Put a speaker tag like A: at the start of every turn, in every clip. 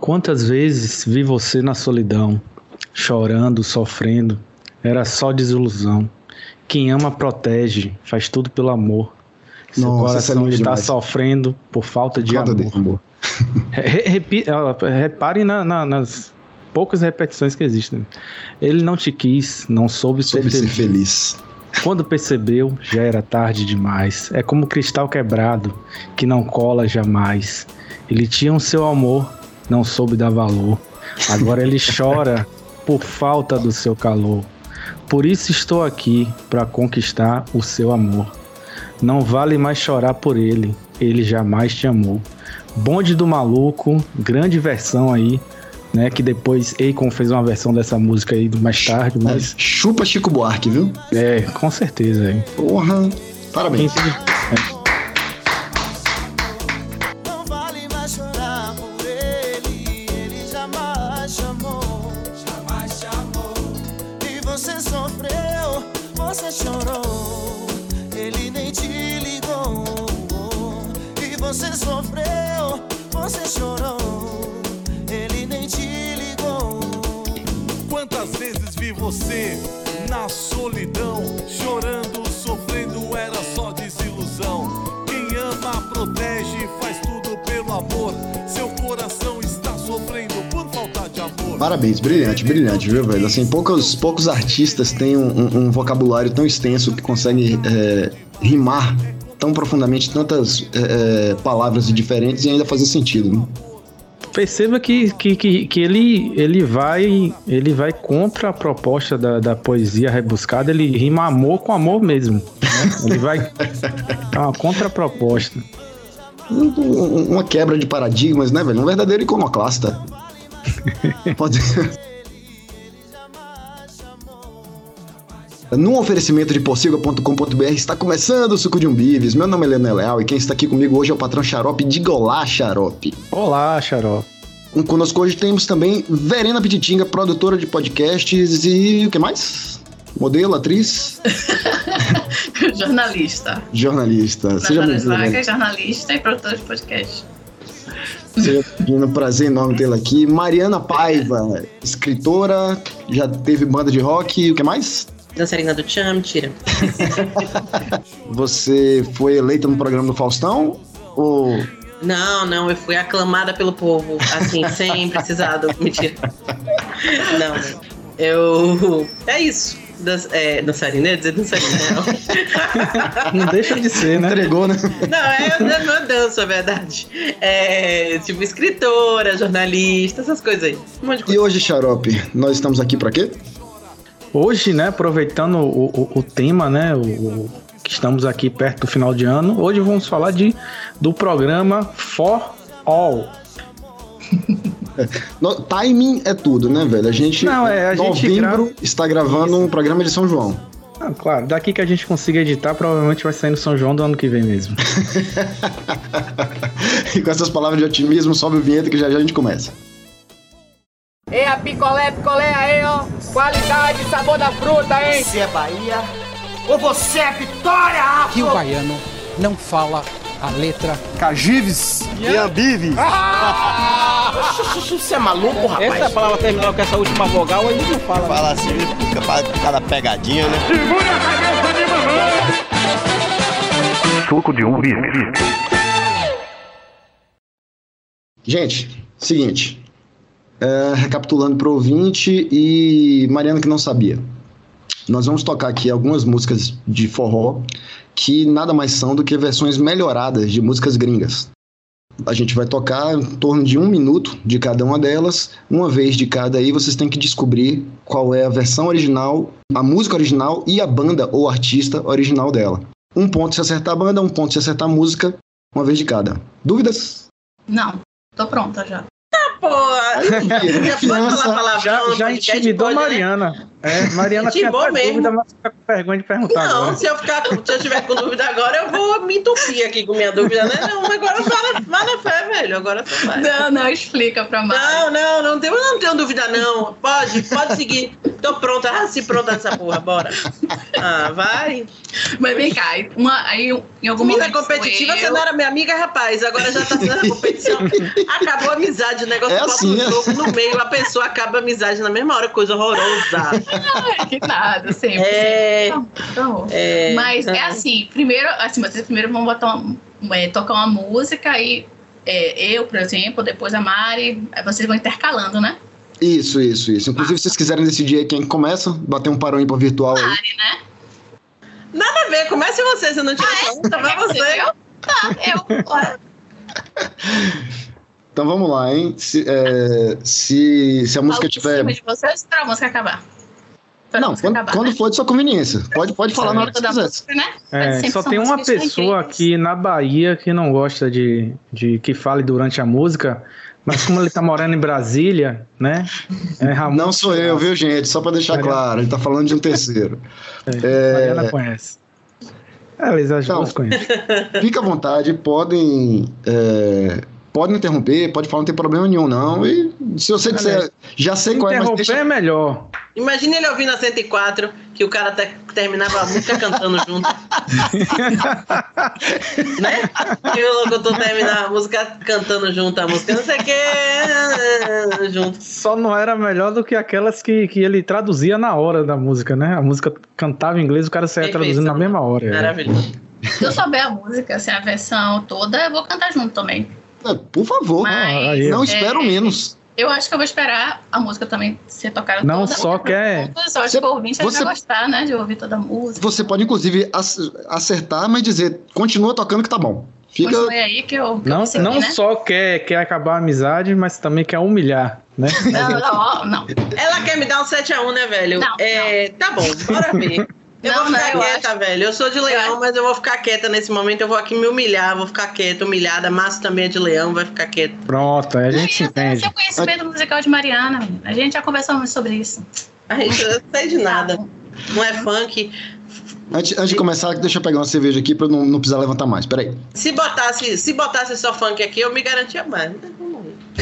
A: Quantas vezes vi você na solidão, chorando, sofrendo, era só desilusão. Quem ama protege, faz tudo pelo amor. Seu
B: Nossa, essa é
A: coração
B: linda
A: está
B: demais.
A: sofrendo por falta de
B: Cada
A: amor.
B: de amor.
A: Re- repi- ó, Repare na- na- nas poucas repetições que existem. Ele não te quis, não soube,
B: Sobre
A: ser
B: ser
A: feliz.
B: feliz.
A: Quando percebeu, já era tarde demais. É como cristal quebrado, que não cola jamais. Ele tinha o seu amor, não soube dar valor. Agora ele chora por falta do seu calor. Por isso estou aqui, para conquistar o seu amor. Não vale mais chorar por ele, ele jamais te amou. Bonde do Maluco, grande versão aí, né? Que depois Akon fez uma versão dessa música aí mais tarde, mas
B: É, Chupa Chico Buarque, viu?
A: é, com certeza aí.
B: Porra.
A: Quem
B: Parabéns.
A: se-
C: Não vale mais chorar por ele, ele jamais chamou. Jamais chamou. E você sofreu, você chorou. Ele nem te ligou. E você sofreu, você chorou. Ele nem te ligou.
D: Quantas vezes vi você na solidão, chorando, sofrendo, era só desilusão. Quem ama, protege, faz tudo pelo amor. Seu coração está sofrendo por falta de amor.
B: Parabéns, brilhante, brilhante, viu, velho? Assim, poucos, poucos artistas têm um, um- um vocabulário tão extenso que consegue é, rimar tão profundamente tantas é, é, palavras diferentes e ainda fazer sentido. né?
A: Perceba que, que, que, que ele, ele, vai, ele vai contra a proposta da, da poesia rebuscada, ele rima amor com amor mesmo. né? Ele vai. É uma contraproposta.
B: Um- um- Uma quebra de paradigmas, né, velho? Um verdadeiro iconoclasta. Pode... Num oferecimento de porciga.com.br está começando o Suco de um Bives. Meu nome é Helena Leal e quem está aqui comigo hoje é o patrão Xarope de Golá Xarope.
A: Olá, Xarope.
B: Conosco hoje temos também Verena Pititinga, produtora de podcasts e o que mais? Modelo, atriz,
E: jornalista.
B: jornalista. Seja
E: Natália
B: bem-vinda.
E: Zaga,
B: Verena.
E: jornalista e produtora de podcast.
B: Seja bem-vinda, um prazer enorme tê-la aqui. Mariana Paiva, escritora, já teve banda de rock e o que mais?
F: Dançarina do Tchan, mentira.
B: Você foi eleita no programa do Faustão? Ou
A: Né?
F: Não, não, eu fui aclamada pelo povo, assim, sem precisar do. Mentira. Não, não. Eu. É isso. Dan- é, dançarina, eu ia dizer dançarina, não.
A: Não deixa de ser, né?
B: entregou, né?
F: Não, é eu não eu danço, é verdade. É, tipo, escritora, jornalista, essas coisas aí. Um monte de
B: E
F: coisa.
B: hoje, Xarope, nós estamos aqui pra quê?
A: Hoje, né, aproveitando o, o- o tema, né, o- o- que estamos aqui perto do final de ano, hoje vamos falar de, do programa For All.
B: No- timing é tudo, né, velho? A gente,
A: Não, é, a gente
B: novembro, está gravando um programa de São João.
A: Ah, claro, daqui que a gente consiga editar, provavelmente vai sair no São João do ano que vem mesmo.
B: E com essas palavras de otimismo, sobe o vinheta que já já a gente começa.
G: É a picolé, picolé aí, ó. Qualidade, sabor da fruta, hein?
C: Você é Bahia ou você é Vitória?
H: que o baiano não fala a letra
D: Cagives e Ambives.
C: Você é maluco, rapaz?
H: palavra terminar com essa última vogal, ele não fala.
I: Fala assim, fica pra cada pegadinha, né?
B: Gente, seguinte. É, recapitulando pro ouvinte e Mariana que não sabia. Nós vamos tocar aqui algumas músicas de forró que nada mais são do que versões melhoradas de músicas gringas. A gente vai tocar em torno de um minuto de cada uma delas, uma vez de cada aí vocês têm que descobrir qual é a versão original, a música original e a banda ou artista original dela. Um ponto se acertar a banda, um ponto se acertar a música, uma vez de cada. Dúvidas?
E: Não, tô pronta já.
F: Pô, já pode
B: Criança,
F: falar palavrão
A: Já,
F: no
A: já
F: podcast,
A: intimidou
F: pode, né?
A: Mariana. É, Mariana tinha
F: Intimidou
A: até
F: mesmo.
A: dúvida, mas fica com vergonha de perguntar
F: Não,
A: tá agora.
F: se eu ficar, com- se eu tiver com dúvida agora, eu vou me entupir aqui com minha dúvida, né? Não, agora fala, vai na fé, velho. Agora você vai.
E: Não, não, explica pra Mari.
F: Não, não, não tenho, não tenho dúvida, não. Pode, pode seguir. Tô pronta, ah, se pronta essa porra, bora. Ah, vai.
E: Mas vem cá, aí uma, aí um- em algum
F: Comida
E: momento.
F: competitiva,
E: sou
F: você
E: eu.
F: não era minha amiga, rapaz. Agora já tá sendo competição. Acabou a amizade, o negócio
B: É
F: bota
B: assim,
F: o
B: é.
F: jogo no meio, a pessoa acaba a amizade na mesma hora, coisa horrorosa.
E: Ah, que nada, sempre.
F: É.
E: sempre. Tá bom.
F: É,
E: Mas é
F: não.
E: assim, primeiro, assim, vocês primeiro vão botar uma- uma- é, tocar uma música e é, eu, por exemplo, depois a Mari, aí vocês vão intercalando, né?
B: Isso, isso, isso. Inclusive, se vocês quiserem decidir aí quem que começa, bater um parão ímpar virtual aí.
E: Mari, né?
F: Nada a ver, comece você, se eu não tiver
E: Ah,
F: pergunta, vai É, você.
E: é? Eu? Tá, eu.
B: Então vamos lá, hein? Se, é, se, se a música
E: falo Em
B: tiver.
E: cima de vocês, pra a música acabar. Tá Pra
B: Não,
E: música
B: quando,
E: acabar,
B: quando
E: né?
B: for de sua conveniência. Pode, pode falar na hora que
E: Toda
B: você quiser.
E: música, né? Mas
A: É,
E: sempre
A: só
E: são
A: tem uma
E: músicas
A: pessoa
E: incríveis.
A: aqui na Bahia que não gosta de, de que fale durante a música, mas como ele tá morando em Brasília, né? É Ramon,
B: Não sou eu, viu, gente? Só pra deixar
A: Mariana.
B: claro, ele tá falando de um terceiro.
A: Mariana conhece. É, eles as
B: Então,
A: duas conhecem.
B: Fica à vontade, podem. é, podem interromper, pode falar, não tem problema nenhum, não. E se você disser, já sei qual é, mas
A: Interromper
B: deixa.
A: é melhor.
F: Imagina ele ouvindo a 104, que o cara até terminava a música cantando junto. né? E o locutor terminava a música cantando junto, a música não sei o que, junto.
A: Só não era melhor do que aquelas que, que ele traduzia na hora da música, né? A música cantava em inglês, o cara saía
F: Perfeito.
A: traduzindo na mesma hora. é.
F: Maravilhoso.
E: Se eu souber a música, assim, a versão toda, eu vou cantar junto também.
B: É, Por favor,
E: Mas,
A: ah, aí,
B: não
E: é,
B: espero menos.
E: Eu acho que eu vou esperar a música também ser tocada
A: Não,
E: toda.
A: só que é-
E: Só acho
B: Você-
E: que o ouvinte
B: você-
E: vai gostar, né? De ouvir toda a música.
B: Você pode, inclusive, ac- acertar, mas dizer, continua tocando que tá bom. Fica.
E: Continue aí que eu. que eu
A: Não,
E: vou seguir,
A: não
E: né?
A: só quer, quer acabar a amizade, mas também quer humilhar, né?
E: Não, não, ó, não.
F: Ela quer me dar um 7x1, né, velho?
E: Não,
F: é, Tá bom, bora ver. Eu
E: Não,
F: vou ficar
E: não, eu
F: quieta, velho. Eu sou de leão,
E: acho-
F: mas eu vou ficar quieta nesse momento. Eu vou aqui me humilhar, vou ficar quieta, humilhada. Márcio também é de leão, vai ficar quieto.
A: Pronto, aí a gente se
E: Esse é o
A: entende.
E: seu conhecimento musical de Mariana, menina. A gente já conversou muito sobre isso.
F: A gente não sei de nada. Não é funk.
B: Antes, antes de começar, deixa eu pegar uma cerveja aqui pra eu não, não precisar levantar mais. Peraí.
F: Se botasse, se botasse só funk aqui, eu me garantia mais.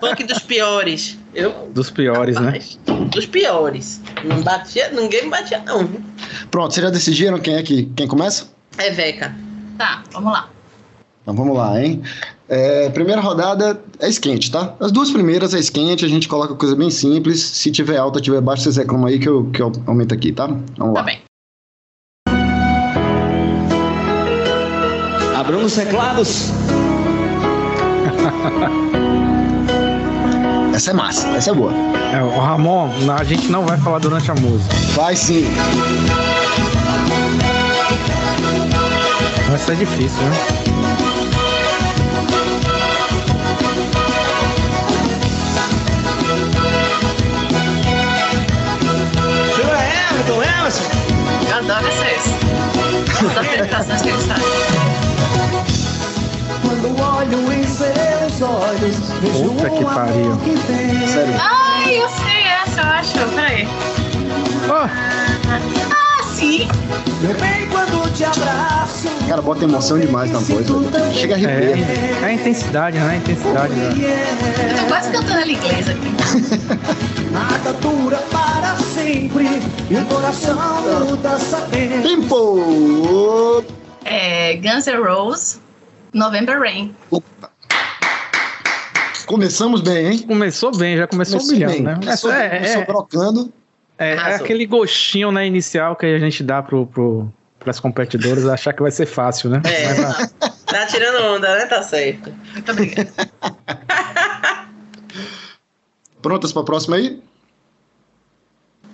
F: funk dos piores. Eu.
A: Dos
B: é.
A: piores, né?
F: Rapaz, Dos piores. Não batia, ninguém me batia, não. viu?
B: Pronto, vocês já decidiram quem é que quem começa?
F: É Veca.
E: Tá, vamos lá.
B: Então vamos lá, hein? É, primeira rodada é esquente, tá? As duas primeiras é esquente, a gente coloca coisa bem simples. Se tiver alta, tiver baixa, vocês reclamam aí que eu, que eu aumento aqui, tá? Vamos
E: Tá
B: lá.
E: bem.
C: Abram os teclados.
B: Essa é massa, essa é boa.
A: É, o Ramon, não, a gente não vai falar durante a música.
B: Vai sim.
A: Vai ser difícil, né?
C: Chama Everton, Emerson.
E: Eu adoro vocês. Todas as apresentações que eles fazem.
C: Quando olho em seus olhos, vejo
A: Puta que
C: um amor
A: pariu.
C: que tem.
B: Sério.
E: Ai, eu sei essa, eu acho. Peraí.
A: Ó,
E: Ah, sim.
C: Meu bem, quando te abraço,
B: Cara, bota emoção demais na voz. velho. Chega a arrepiar.
A: é, é a intensidade, né? A intensidade. Né?
E: Eu
C: yeah.
E: tô quase cantando ela em inglês aqui.
C: Nada dura para sempre e o coração muda sabendo.
B: Tempo!
E: É Guns N' Roses, November Rain.
B: Começamos bem, hein?
A: Começou bem, já começou
B: Começou
A: brilhando,
B: bem.
A: né?
B: Começou,
A: Essa é,
B: começou
A: é,
B: brocando.
A: é- é
F: Arrasou.
A: aquele gostinho né, inicial que a gente dá pro, pro, pras competidoras achar que vai ser fácil, né?
F: É.
A: Mas, ah,
F: Tá tirando onda, né? Tá certo.
E: Muito obrigada.
B: Prontas pra próxima aí?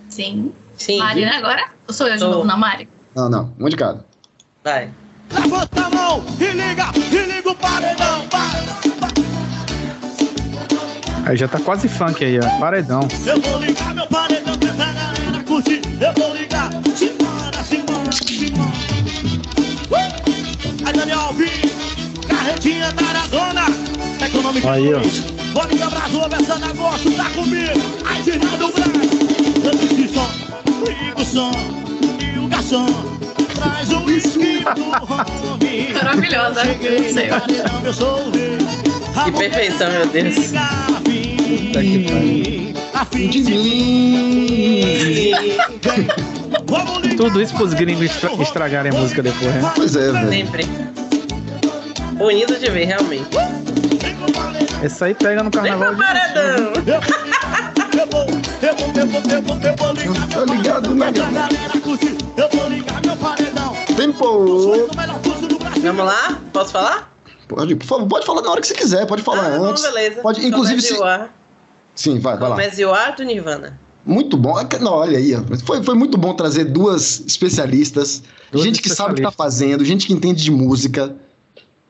E: Sim.
F: Sim.
E: Mari, né, agora? Ou sou eu de
F: Tô.
E: novo, não, Mari?
B: Não, não. Um de cada.
F: Vai.
C: Levanta a mão e liga, e liga o paredão. vai.
A: aí já tá quase funk aí, ó. Paredão.
C: Eu vou ligar meu paredão pra essa galera curtir. Eu vou ligar, simbora, simbora, simbora. Uh! Aí Daniel Alves, carretinha É taradona. Econômica
A: Aí, ó.
C: Cruz. Vou ligar pra rua, versando agosto, tá comigo. Aí de nada o braço. Eu disse som, liga o som. E o garçom traz um o whisky do homem.
E: Maravilhosa, não sei.
C: eu sou o rei.
F: Que perfeição, meu Deus.
C: Liga,
B: Puta que pariu.
C: afim, afim de
B: mim.
C: Vem,
A: Tudo isso pros gringos estra- estragarem a música depois, né?
B: Pois é, velho.
F: Sempre. Bonito de ver, realmente.
A: Essa aí pega no
B: Ah,
F: Vem
A: carnaval.
F: pra
A: de-
F: paredão!
C: Eu vou, eu vou, eu vou, eu vou, eu vou ligar
B: Tá ligado, né,
C: pra
B: galera?
C: galera curtir. Eu vou ligar meu paredão.
B: Tempo!
C: O melhor curso do Brasil.
F: Vamos lá? Posso falar?
B: Pode, por favor, pode falar na hora que você quiser, pode falar
F: Ah, não,
B: antes.
F: beleza.
B: Pode, inclusive, se... Sim, vai, vai lá.
F: Comece o ar do Nirvana.
B: Muito bom. Ah, Não, olha aí. ó. Foi, foi muito bom trazer duas especialistas,
A: Duas
B: gente que sabe o que tá
A: especialistas.
B: fazendo, gente que entende de música,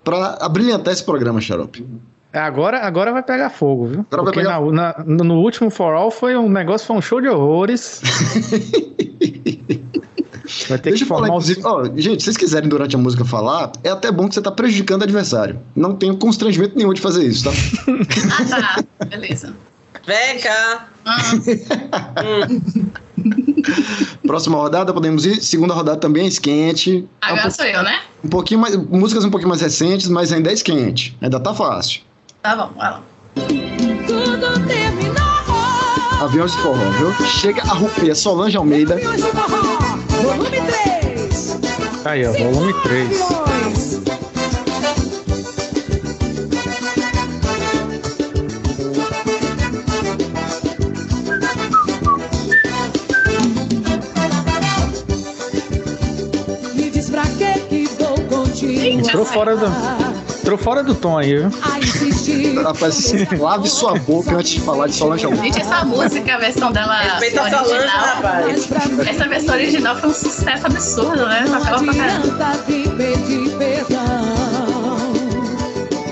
B: pra abrilhantar esse programa, Xarope.
A: É, Agora, agora vai pegar fogo, viu?
B: Agora vai
A: Porque
B: pegar-
A: na- na- no último For All foi um negócio, foi um show de horrores. vai ter
B: Deixa
A: que
B: eu falar,
A: formar os.
B: inclusive. Ó, gente, se vocês quiserem durante a música falar, é até bom que você tá prejudicando o adversário. Não tenho constrangimento nenhum de fazer isso, tá?
E: Ah, tá. Beleza.
F: Vem cá!
E: Ah,
B: Próxima rodada, podemos ir. Segunda rodada também é esquente. É um,
E: agora
B: pou-
E: sou eu, né?
B: um pouquinho mais. Músicas um pouquinho mais recentes, mas ainda é esquente. Ainda tá fácil.
E: Tá bom, vai lá.
B: Aviões de forró, viu? Chega a rupia Solange Almeida.
A: Aí, ó, volume 3.
J: Me diz pra que que vou contigo
A: Entrou fora do, entrou fora do tom aí, viu?
J: a insistir.
B: Rapaz, lave sua boca antes de falar de Solange Almeida.
E: Gente, essa música, a versão dela é
F: Respeita a Solange,
E: original.
F: rapaz!
J: Mas pra mim
E: Essa versão original foi um sucesso absurdo, né?
J: não
E: Tocava pra caramba.
J: adianta te pedir perdão.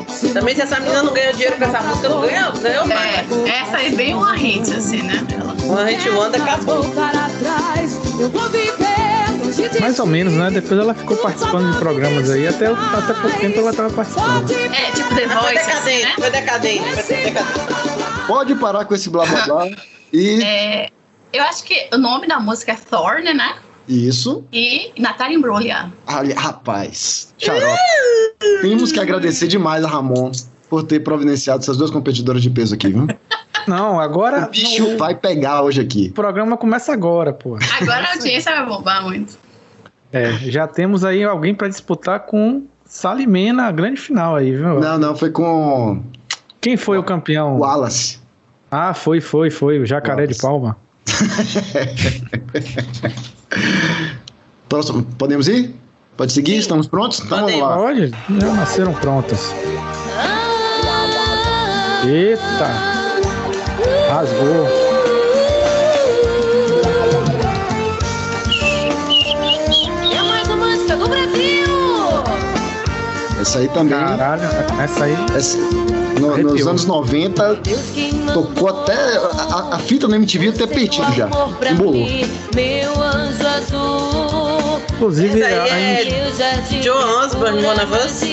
J: Se
F: Também se essa menina não ganhou dinheiro com essa música, não né, ganhou, ganhou mais.
E: É, essa aí bem uma hit, assim, né? Ela-
F: A gente manda, acabou.
J: voltar atrás, eu vou viver longe de
A: Mais ou
J: ti.
A: menos, né? Depois ela ficou participando de programas aí, até, até pouco tempo ela tava participando.
J: Pode
E: É, tipo The
F: Foi
E: Voice, assim,
F: decadente,
E: né? assim.
F: foi decadente, foi decadente.
B: Pode parar com esse blá blá blá. E
E: É, eu acho que o nome da música é Thorn, né?
B: isso.
E: E Natália Imbruglia.
B: Ali- rapaz, xarope. Temos que agradecer demais a Ramon por ter providenciado essas duas competidoras de peso aqui, viu?
A: Não,
B: O
E: Tá
A: agora.
B: bicho vai pegar hoje aqui.
A: O programa começa agora, pô.
E: Agora a audiência vai bombar muito.
A: É, já temos aí alguém pra disputar com Salimena, a grande final aí, viu?
B: Não, não, foi com
A: Quem foi o
B: o
A: campeão?
B: Wallace.
A: Ah, foi, foi, foi. O Jacaré de
B: Wallace.
A: Palma.
B: Próximo, podemos ir? Pode seguir? Estamos prontos? Então vamos lá.
A: Olha, já nasceram prontas. Eita! Rasgou.
B: Essa aí também.
A: Caralho, essa aí.
B: essa- no- nos
A: Arrepiou.
B: anos 90, tocou até. A, a- a fita na MTV até perdido já. Embolou.
A: Inclusive,
F: Isso aí
A: a-
F: é Joe Osborne, One of Us.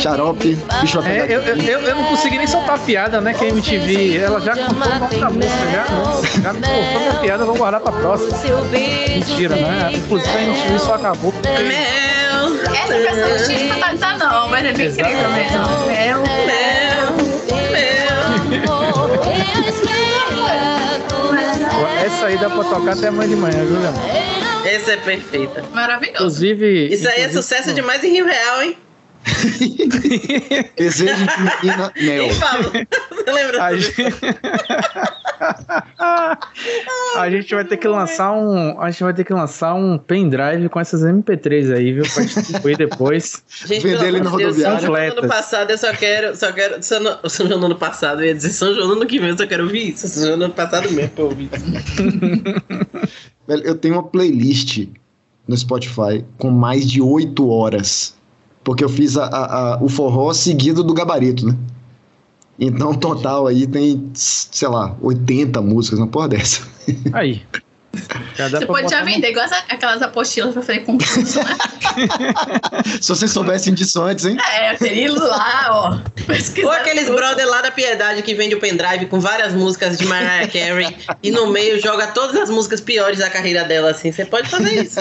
B: Xarope, bicho vai pegar
A: É, eu, eu, eu- eu não consegui nem soltar a piada, né? Que a MTV, ela já contou o nome da música, já, né? já soltou minha piada, vamos guardar pra próxima. Mentira, né? Inclusive a MTV só acabou porque
F: É, né? Mel,
E: Essa versão do Tite É, não tá dizendo, não, mas é bem incrível mesmo. É um-
F: mel, mel.
A: essa aí dá pra tocar até amanhã de manhã, viu, Leandro?
F: Essa é perfeita.
E: maravilhoso.
A: Inclusive.
F: Isso aí é
A: inclusive-
F: sucesso demais em Rio Real, hein?
B: Desejo de menina Nel.
F: Quem fala? Lembra?
A: A gente... a gente vai ter que lançar um, a gente vai ter que lançar um pendrive com essas MP3 aí, viu, pra distribuir depois.
F: Gente,
B: Vender
F: pelo
B: ele
F: amor
B: na
F: de Deus, São
A: rodoviária.
F: João do ano
A: Atletas.
F: passado, eu só quero. Só quero São, no, São João do ano passado, eu ia dizer São João do ano que vem, eu só quero ouvir isso. São João do ano passado mesmo, pra ouvir isso.
B: Velho, eu tenho uma playlist no Spotify com mais de oito horas. Porque eu fiz a- a- a- o forró seguido do gabarito, né? Então, o total aí tem, sei lá, 80 músicas, uma porra dessa.
A: Aí. Já dá
E: Você
A: pra
E: pode já
A: botar no-
E: vender, igual essa- aquelas apostilas pra fazer concurso. né?
B: Se vocês soubessem disso antes, hein?
E: É, eu teria ido lá, ó.
F: Ou
E: pesquisar
F: aqueles
E: tudo.
F: brother lá da Piedade que vende o pendrive com várias músicas de Mariah Carey e no meio joga todas as músicas piores da carreira dela, assim. Você pode fazer isso.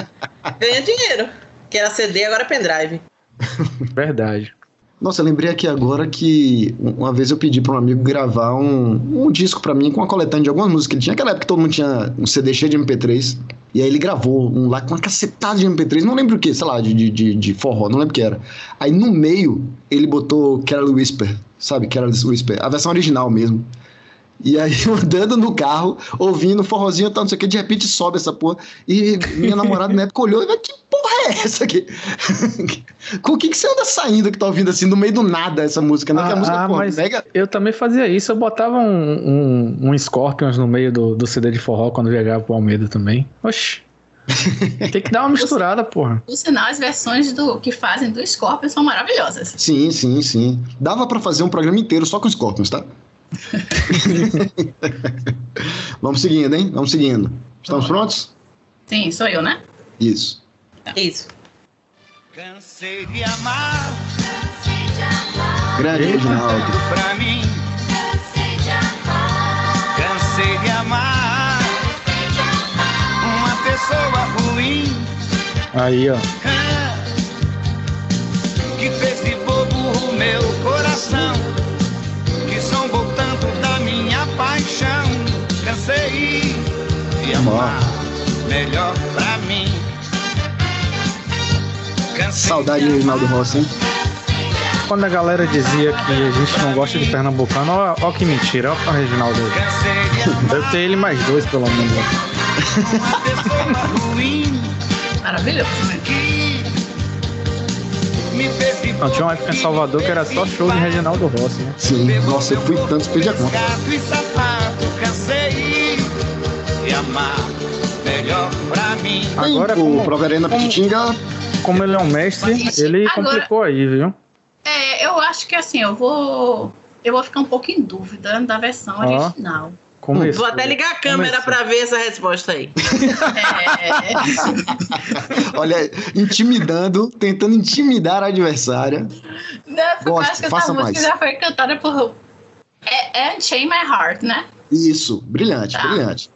F: Ganha dinheiro. Que era CD, agora é pendrive.
A: um- Verdade.
B: Nossa, eu lembrei aqui agora que uma vez eu pedi para um amigo gravar um, um disco para mim com uma coletânea de algumas músicas que ele tinha. Naquela época todo mundo tinha um CD cheio de MP3. E aí ele gravou um lá com uma cacetada de MP3, não lembro o que, sei lá, de, de, de, de forró, não lembro o que era. Aí no meio ele botou Carol Whisper, sabe? Carol Whisper, a versão original mesmo. E aí, andando no carro, ouvindo forrozinho e tal, não sei o que, de repente sobe essa porra. E minha namorada na época olhou e falou: Que porra é essa aqui? Com o que, que você anda saindo que tá ouvindo assim, no meio do nada essa música, né? Que a música, porra,
A: mas
B: mega.
A: eu também fazia isso. Eu botava um, um, um Scorpions no meio do, do CD de forró quando viajava pro Almeida também. Oxi. Tem que dar uma misturada, porra.
E: Por sinal, as versões do que fazem do Scorpion são maravilhosas.
B: Sim, sim, sim. Dava pra fazer um programa inteiro só com Scorpions, tá? Vamos seguindo, hein? Vamos seguindo. Estamos prontos?
E: Sim, sou eu, né?
B: Isso.
F: É Isso.
C: Cansei de amar
B: Grande Reginaldo.
C: pra mim. Cansei de amar uma pessoa ruim
A: Aí, ó.
C: que fez de bobo o meu coração. Que zombou tanto da minha paixão. Cansei de amar melhor pra mim. Cansei
B: Saudade de
C: de
B: Reginaldo Rossi, hein?
A: Quando a galera dizia que a gente não gosta de pernambucano, ó, ó que mentira, ó o Reginaldo. aí.
C: Cansei de amar
A: Deve ter ele mais dois, pelo menos. ó.
C: uma pessoa ruim.
E: Maravilhoso, né?
C: Me fez de
A: Não, tinha uma época em Salvador que era só show de Reginaldo Rossi, né?
B: Sim. Nossa, eu fui tanto, perdi a conta.
C: Gato e sapato, cansei de amar. Melhor pra mim.
A: Agora, é
B: Tem o
A: como,
B: Proverena
A: como-
B: Pititinga.
A: como ele é um mestre, ele
E: Agora-
A: complicou aí, viu?
E: É, eu acho que assim, eu vou. Eu vou ficar um pouco em dúvida da versão
A: Ó.
E: original.
A: Começou.
F: Vou até ligar a câmera
A: Começou.
F: pra ver essa resposta aí.
E: É,
B: Olha, intimidando, tentando intimidar a adversária.
E: Não, porque eu
B: Gosto,
E: acho que
B: faça
E: essa música
B: mais.
E: já foi cantada por. É, é Unchain My Heart, né?
B: Isso, brilhante,
E: Tá.
B: brilhante.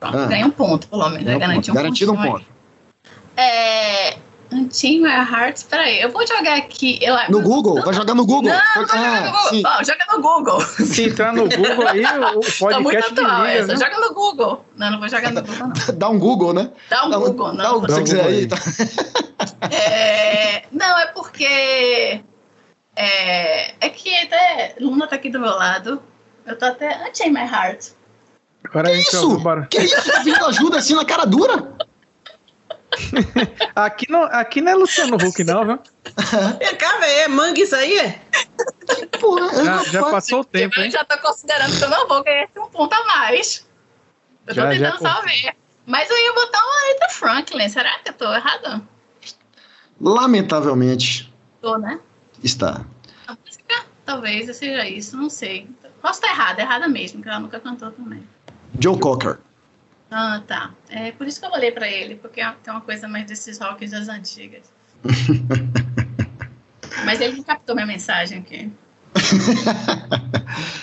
E: Pronto,
B: Ah.
E: ganha um ponto, pelo menos.
B: Ganhou
E: né?
B: um
E: Garanti
B: ponto,
E: um
B: garantido um
E: pontinho
B: ponto.
E: aí. É. Unchain My Heart, peraí, eu vou jogar aqui. Eu...
B: No Google, vai jogar no Google. Ah,
E: Não, não vai jogar no Google.
B: sim.
E: Ó, joga no Google.
A: Se entrar no Google aí, o
E: tá muito
A: podcast me
E: atual
A: liga,
E: essa.
B: né?
A: viu?
E: Joga no Google. Não, não vou jogar no Google, não.
B: Dá um Google, né?
E: Dá um
B: Dá um-
E: Google, não.
B: dá
E: não
B: o
E: vou
B: que você
A: Dá um
B: quiser
A: Google
B: aí.
A: aí.
B: tá?
E: É, não, é porque. É, é que até. Luna tá aqui do meu lado. Eu tô até. Unchain my heart.
A: Agora a gente
B: Isso?
A: ouviu o barulho.
B: Que isso? Vindo ajuda assim na cara dura?
A: Aqui não, aqui não é Luciano Huck, não, viu?
F: Vem cá, velho, é manga isso aí? é?
B: Porra, eu
A: Já,
B: não
A: já
B: faço-
A: passou o tempo,
E: eu
A: hein?
E: já tô considerando que eu não vou ganhar esse um ponto a mais. Eu
A: Já-
E: tô
A: já
E: tentando salvar. Mas eu ia botar uma Aretha Franklin. Será que eu tô errada?
B: Lamentavelmente,
E: Tô, né?
B: está.
E: A música, talvez seja isso, não sei. Posso estar errada, errada mesmo, que ela nunca cantou também.
B: Joe Cocker.
E: Ah, tá. É por isso que eu olhei pra ele, porque tem uma coisa mais desses rocks das antigas. Mas ele não captou minha mensagem aqui.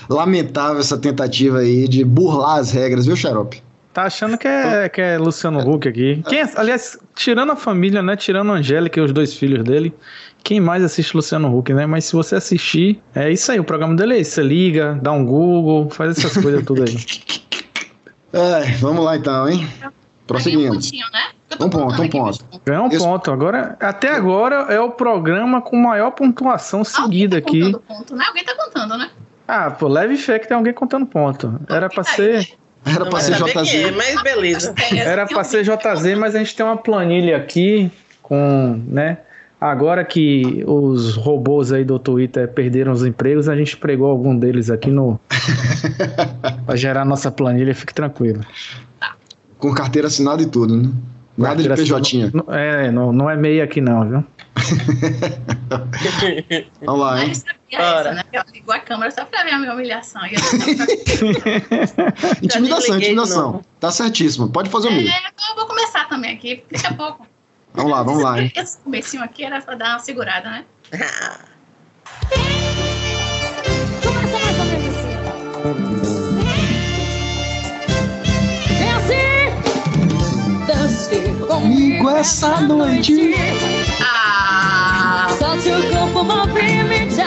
B: Lamentável essa tentativa aí de burlar as regras, viu, Xarope?
A: Tá achando que é, que é Luciano Huck aqui. Quem, é, aliás, tirando a família, né? Tirando a Angélica e os dois filhos dele, quem mais assiste Luciano Huck, né? Mas se você assistir, é isso aí. O programa dele é isso. Você liga, dá um Google, faz essas coisas tudo aí.
B: Ai, vamos lá então, hein?
E: Ganhei Um
B: Prosseguindo.
E: pontinho, né? Eu
B: Um ponto,
E: contando
B: um
E: aqui meus
B: ponto.
E: pontos.
A: Ganhou um
B: Isso.
A: ponto. Agora, até agora é o programa com maior pontuação seguida
E: Alguém tá
A: aqui.
E: contando ponto, né? Alguém tá contando, né?
A: Ah, pô, leve fé que tem alguém contando ponto. Era
E: tá
A: pra ser.
B: Era
F: Não
B: pra
F: vai
B: ser
F: saber quem é,
B: JZ.
F: mas beleza.
A: Era
E: um
A: pra ser JZ, mas a gente tem uma planilha aqui com, né? Agora que os robôs aí do Twitter perderam os empregos, a gente pregou algum deles aqui no. pra gerar nossa planilha, fique tranquilo.
B: Com carteira assinada e tudo, né? Nada de PJ.
A: Não- não- É, não, não é meia aqui não, viu?
B: Vamos lá, hein?
E: Mas sabia
F: Ora.
E: essa, né? Ela ligou a câmera só pra ver a minha humilhação. E eu tava-
B: Intimidação,
F: liguei de
B: intimidação.
F: novo.
B: Tá certíssimo. Pode fazer o mesmo.
E: é, então eu vou começar também aqui, daqui a pouco.
B: Vamos lá, vamos lá, hein?
E: Esse comecinho aqui era pra dar uma segurada, né?
J: Dance
B: Comigo essa noite.
E: Ah!
F: Ah,
J: Solte o corpo, movimento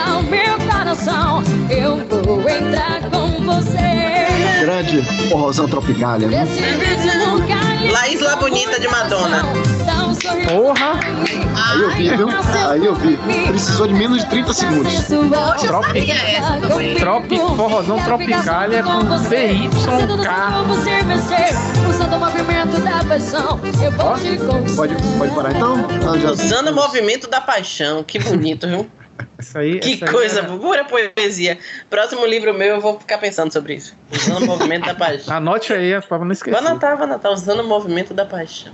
J: encontrar com você.
B: Grande forrozão tropicalia. né?
F: La Isla Bonita de Madonna.
J: um
A: Porra!
B: Aí eu vi, viu? Aí eu vi. Precisou de menos de 30 segundos.
E: Poxa, Ah, eu sabia essa também.
A: Tropi, forrozão tropicalia com PYK.
J: Usando é o movimento da paixão, eu vou te conquistar.
B: Pode, pode parar então? Ah, já-
F: Usando o movimento da paixão. Que bonito, viu?
A: Isso aí.
F: Que
A: essa aí
F: coisa,
A: era-
F: pura poesia. Próximo livro meu, eu vou ficar pensando sobre isso. Usando o movimento da paixão.
A: Anote aí, é pra não
F: Vou
A: esquecer.
F: anotar, vou anotar. Usando o movimento da paixão.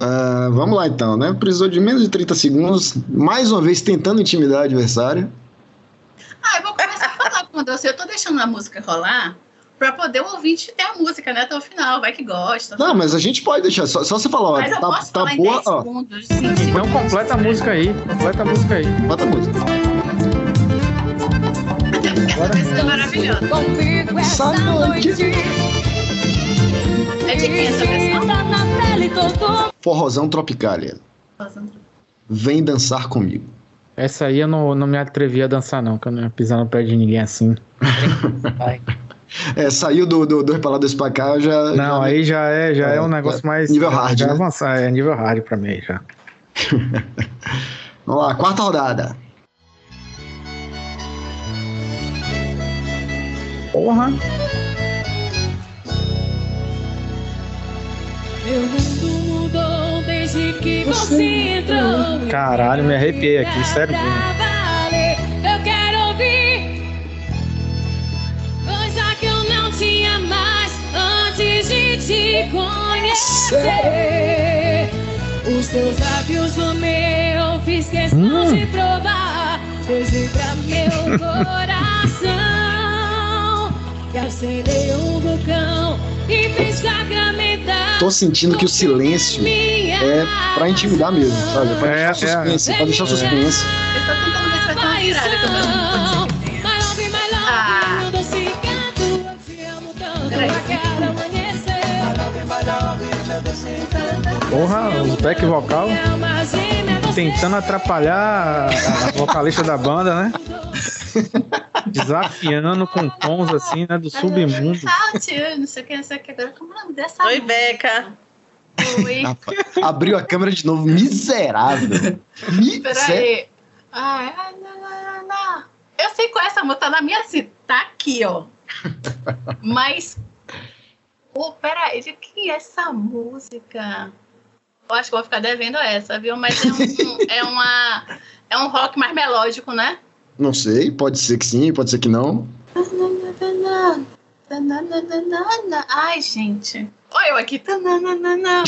B: Ah, vamos lá então, né? Precisou de menos de 30 segundos, mais uma vez tentando intimidar o adversário.
E: Ah, eu vou começar a falar com você. Eu tô deixando a música rolar pra poder o ouvinte ter a música, né? Até o final, vai que gosta.
B: Não, mas a gente pode deixar, só, só você falar, ó,
E: Mas eu
B: tá,
E: posso
B: tá
E: falar em
B: boa,
E: 10
B: ó,
E: segundos. Sim,
A: Então completa a música aí. Completa a música aí.
B: bota a música.
E: essa pessoa é maravilhosa.
J: Comigo essa
B: Essa
J: noite.
B: noite.
E: É de quem essa versão?
J: Tá na pele todo
B: Forrozão Tropicália, vem dançar comigo.
A: Essa aí eu não, não me atrevi a dançar, não, que eu não ia pisar no pé de ninguém assim.
B: É, saiu do, do, do Repaladas pra cá, já...
A: Não,
B: já-
A: aí já é, já é, um negócio mais.
B: nível hard,
A: já
B: né?
A: avançar, é nível hard pra mim já.
B: Vamos lá, quarta rodada.
A: Porra!
J: Meu mundo mudou desde que você entrou.
A: Caralho, me arrepiei aqui, sério mesmo.
J: Pra valer, Eu quero ouvir coisa que eu não tinha mais antes de te conhecer. Os teus lábios no meu fiz questão
A: Hum.
J: de provar. Desde pra meu coração que acendei um vulcão e fiz sacramentar.
B: Tô sentindo que o silêncio é pra intimidar mesmo, sabe? Pra
A: É,
B: deixar suspense,
J: é.
B: pra deixar suspense.
E: Eu tô tentando ver se vai ter uma virada que eu não- Ah. Peraí.
A: Porra, o back vocal tentando atrapalhar a a vocalista da banda, né? Desafiando com tons assim, né? Do submundo.
E: Ah, tio, não sei o que, não sei o que. Agora, como é o nome dessa
F: Oi,
E: música?
F: Beca.
E: Oi.
B: Abriu a câmera de novo, miserável. Miserável.
E: Peraí. Ai, ai, não, não, não, não. Eu sei qual é essa música, tá na minha cita, tá aqui, ó. Mas. Ô, peraí, de que é essa música? Eu acho que eu vou ficar devendo essa, viu? Mas é, um, é uma. É um rock mais melódico, né?
B: Não sei, pode ser que sim, pode ser que não.
E: Ai, gente. Olha eu aqui. tananana.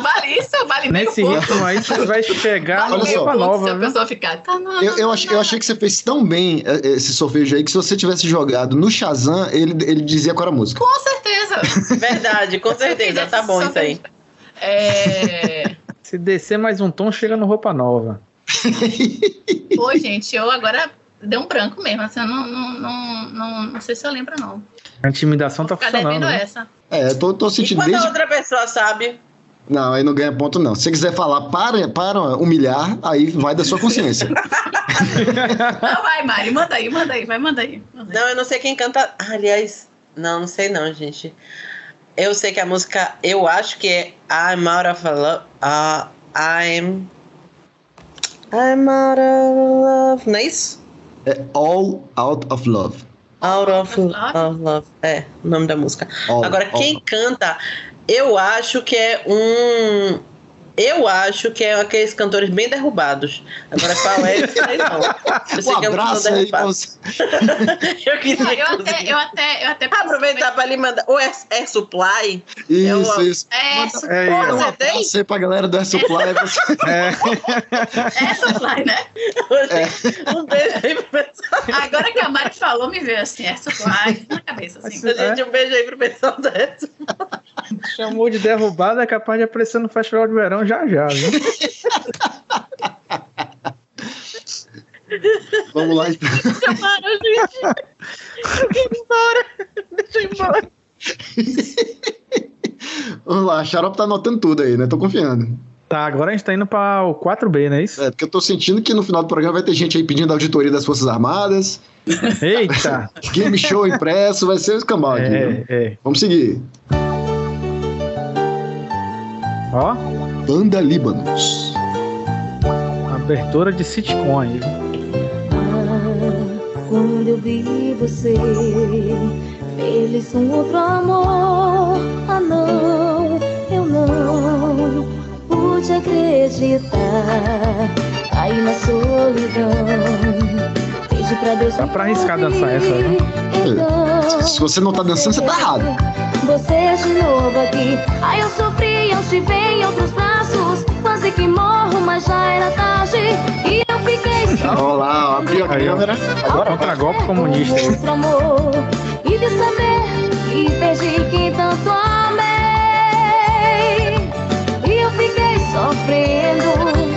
E: Vale isso, vale meio
A: Nesse
E: ponto.
A: ritmo aí você vai chegar
E: Vale
A: numa
B: Olha
E: meio
B: só.
A: roupa
E: ponto se
A: nova,
E: a
A: né?
E: pessoa ficar.
B: Eu, eu, ach- eu achei que você fez tão bem eh, esse sorvejo aí que se você tivesse jogado no Shazam, ele, ele dizia qual era a música.
E: Com certeza.
F: Verdade, com certeza. Tá bom isso aí.
E: É...
A: Se descer mais um tom, chega no roupa nova.
E: Pô, gente, eu agora deu um branco mesmo. Assim, eu não, não, não, não, não sei se eu lembro, não.
A: A intimidação tá
E: Ficar devendo
A: funcionando. Né?
E: essa.
B: É, tô, tô
F: E
B: sentindo
F: quando a
B: desde.
F: outra pessoa sabe?
B: Não, aí não ganha ponto, não. Se você quiser falar para, para humilhar, aí vai da sua consciência.
E: Não, vai, Mari, manda aí, manda aí, vai, manda aí. Manda aí.
F: Não, eu não sei quem canta. Ah, Aliás, não, não sei não, gente. Eu sei que a música, eu acho que é I'm out of love. ah, I'm. I'm out of love. Não é isso?
B: É All Out of Love.
F: Out of,
E: Out of
F: of love. É, o nome da música.
B: All,
F: Agora,
B: all.
F: quem canta, eu acho que é um. Eu acho que é aqueles cantores bem derrubados. Agora, qual é? Eu sei não. Eu sei
B: Um
F: que é um
B: abraço
F: cantor
B: aí pra
F: derrubado.
B: você.
F: Eu
E: Ah,
F: queria
E: eu até,
F: inclusive,
E: eu até, eu até
F: aproveitar para lhe mandar. Ou é, é supply?
B: Isso, isso. um
E: É,
A: É,
E: é,
F: Manda- Você tem?
B: Abraço aí pra galera do Air Supply. Você-
E: é supply, né?
B: É.
F: Um beijo aí pro pessoal.
E: Agora que a Mari falou, me veio assim, é supply na cabeça, assim.
B: É.
A: Mas-
F: Gente, um beijo aí pro pessoal da
A: Chamou de derrubada, é capaz de aparecer no Festival de Verão já já, viu?
B: Vamos lá. então. Vamos lá, a Xarope tá anotando tudo aí, né? Tô confiando.
A: Tá, agora a gente tá indo pra o 4B, não é isso?
B: É, porque eu tô sentindo que no final do programa vai ter gente aí pedindo auditoria das Forças Armadas. É.
A: Eita!
B: Game show impresso, vai ser o escambau aqui.
A: É,
B: viu?
A: é.
B: Vamos seguir.
A: Ó,
B: Banda Líbanos.
A: abertura de sitcom aí.
J: Ah, Quando eu vi você, feliz um outro amor. Ah, não, eu não pude acreditar. Aí na solidão, pedi pra Deus.
A: Dá
J: me
A: pra arriscar
J: ouvir.
A: dançar essa, né?
J: Então,
B: Se você não tá dançando, você tá errado.
J: Você é de novo aqui. Ai, eu sofri, eu te vi em outros braços. Quase que morro, mas já era tarde. E eu fiquei sem
B: Olha lá, ó, abriu a
A: Aí, ó.
B: câmera.
A: Agora contra golpe comunista.
J: um outro amor. E de saber que perdi que tanto amei. E eu fiquei sofrendo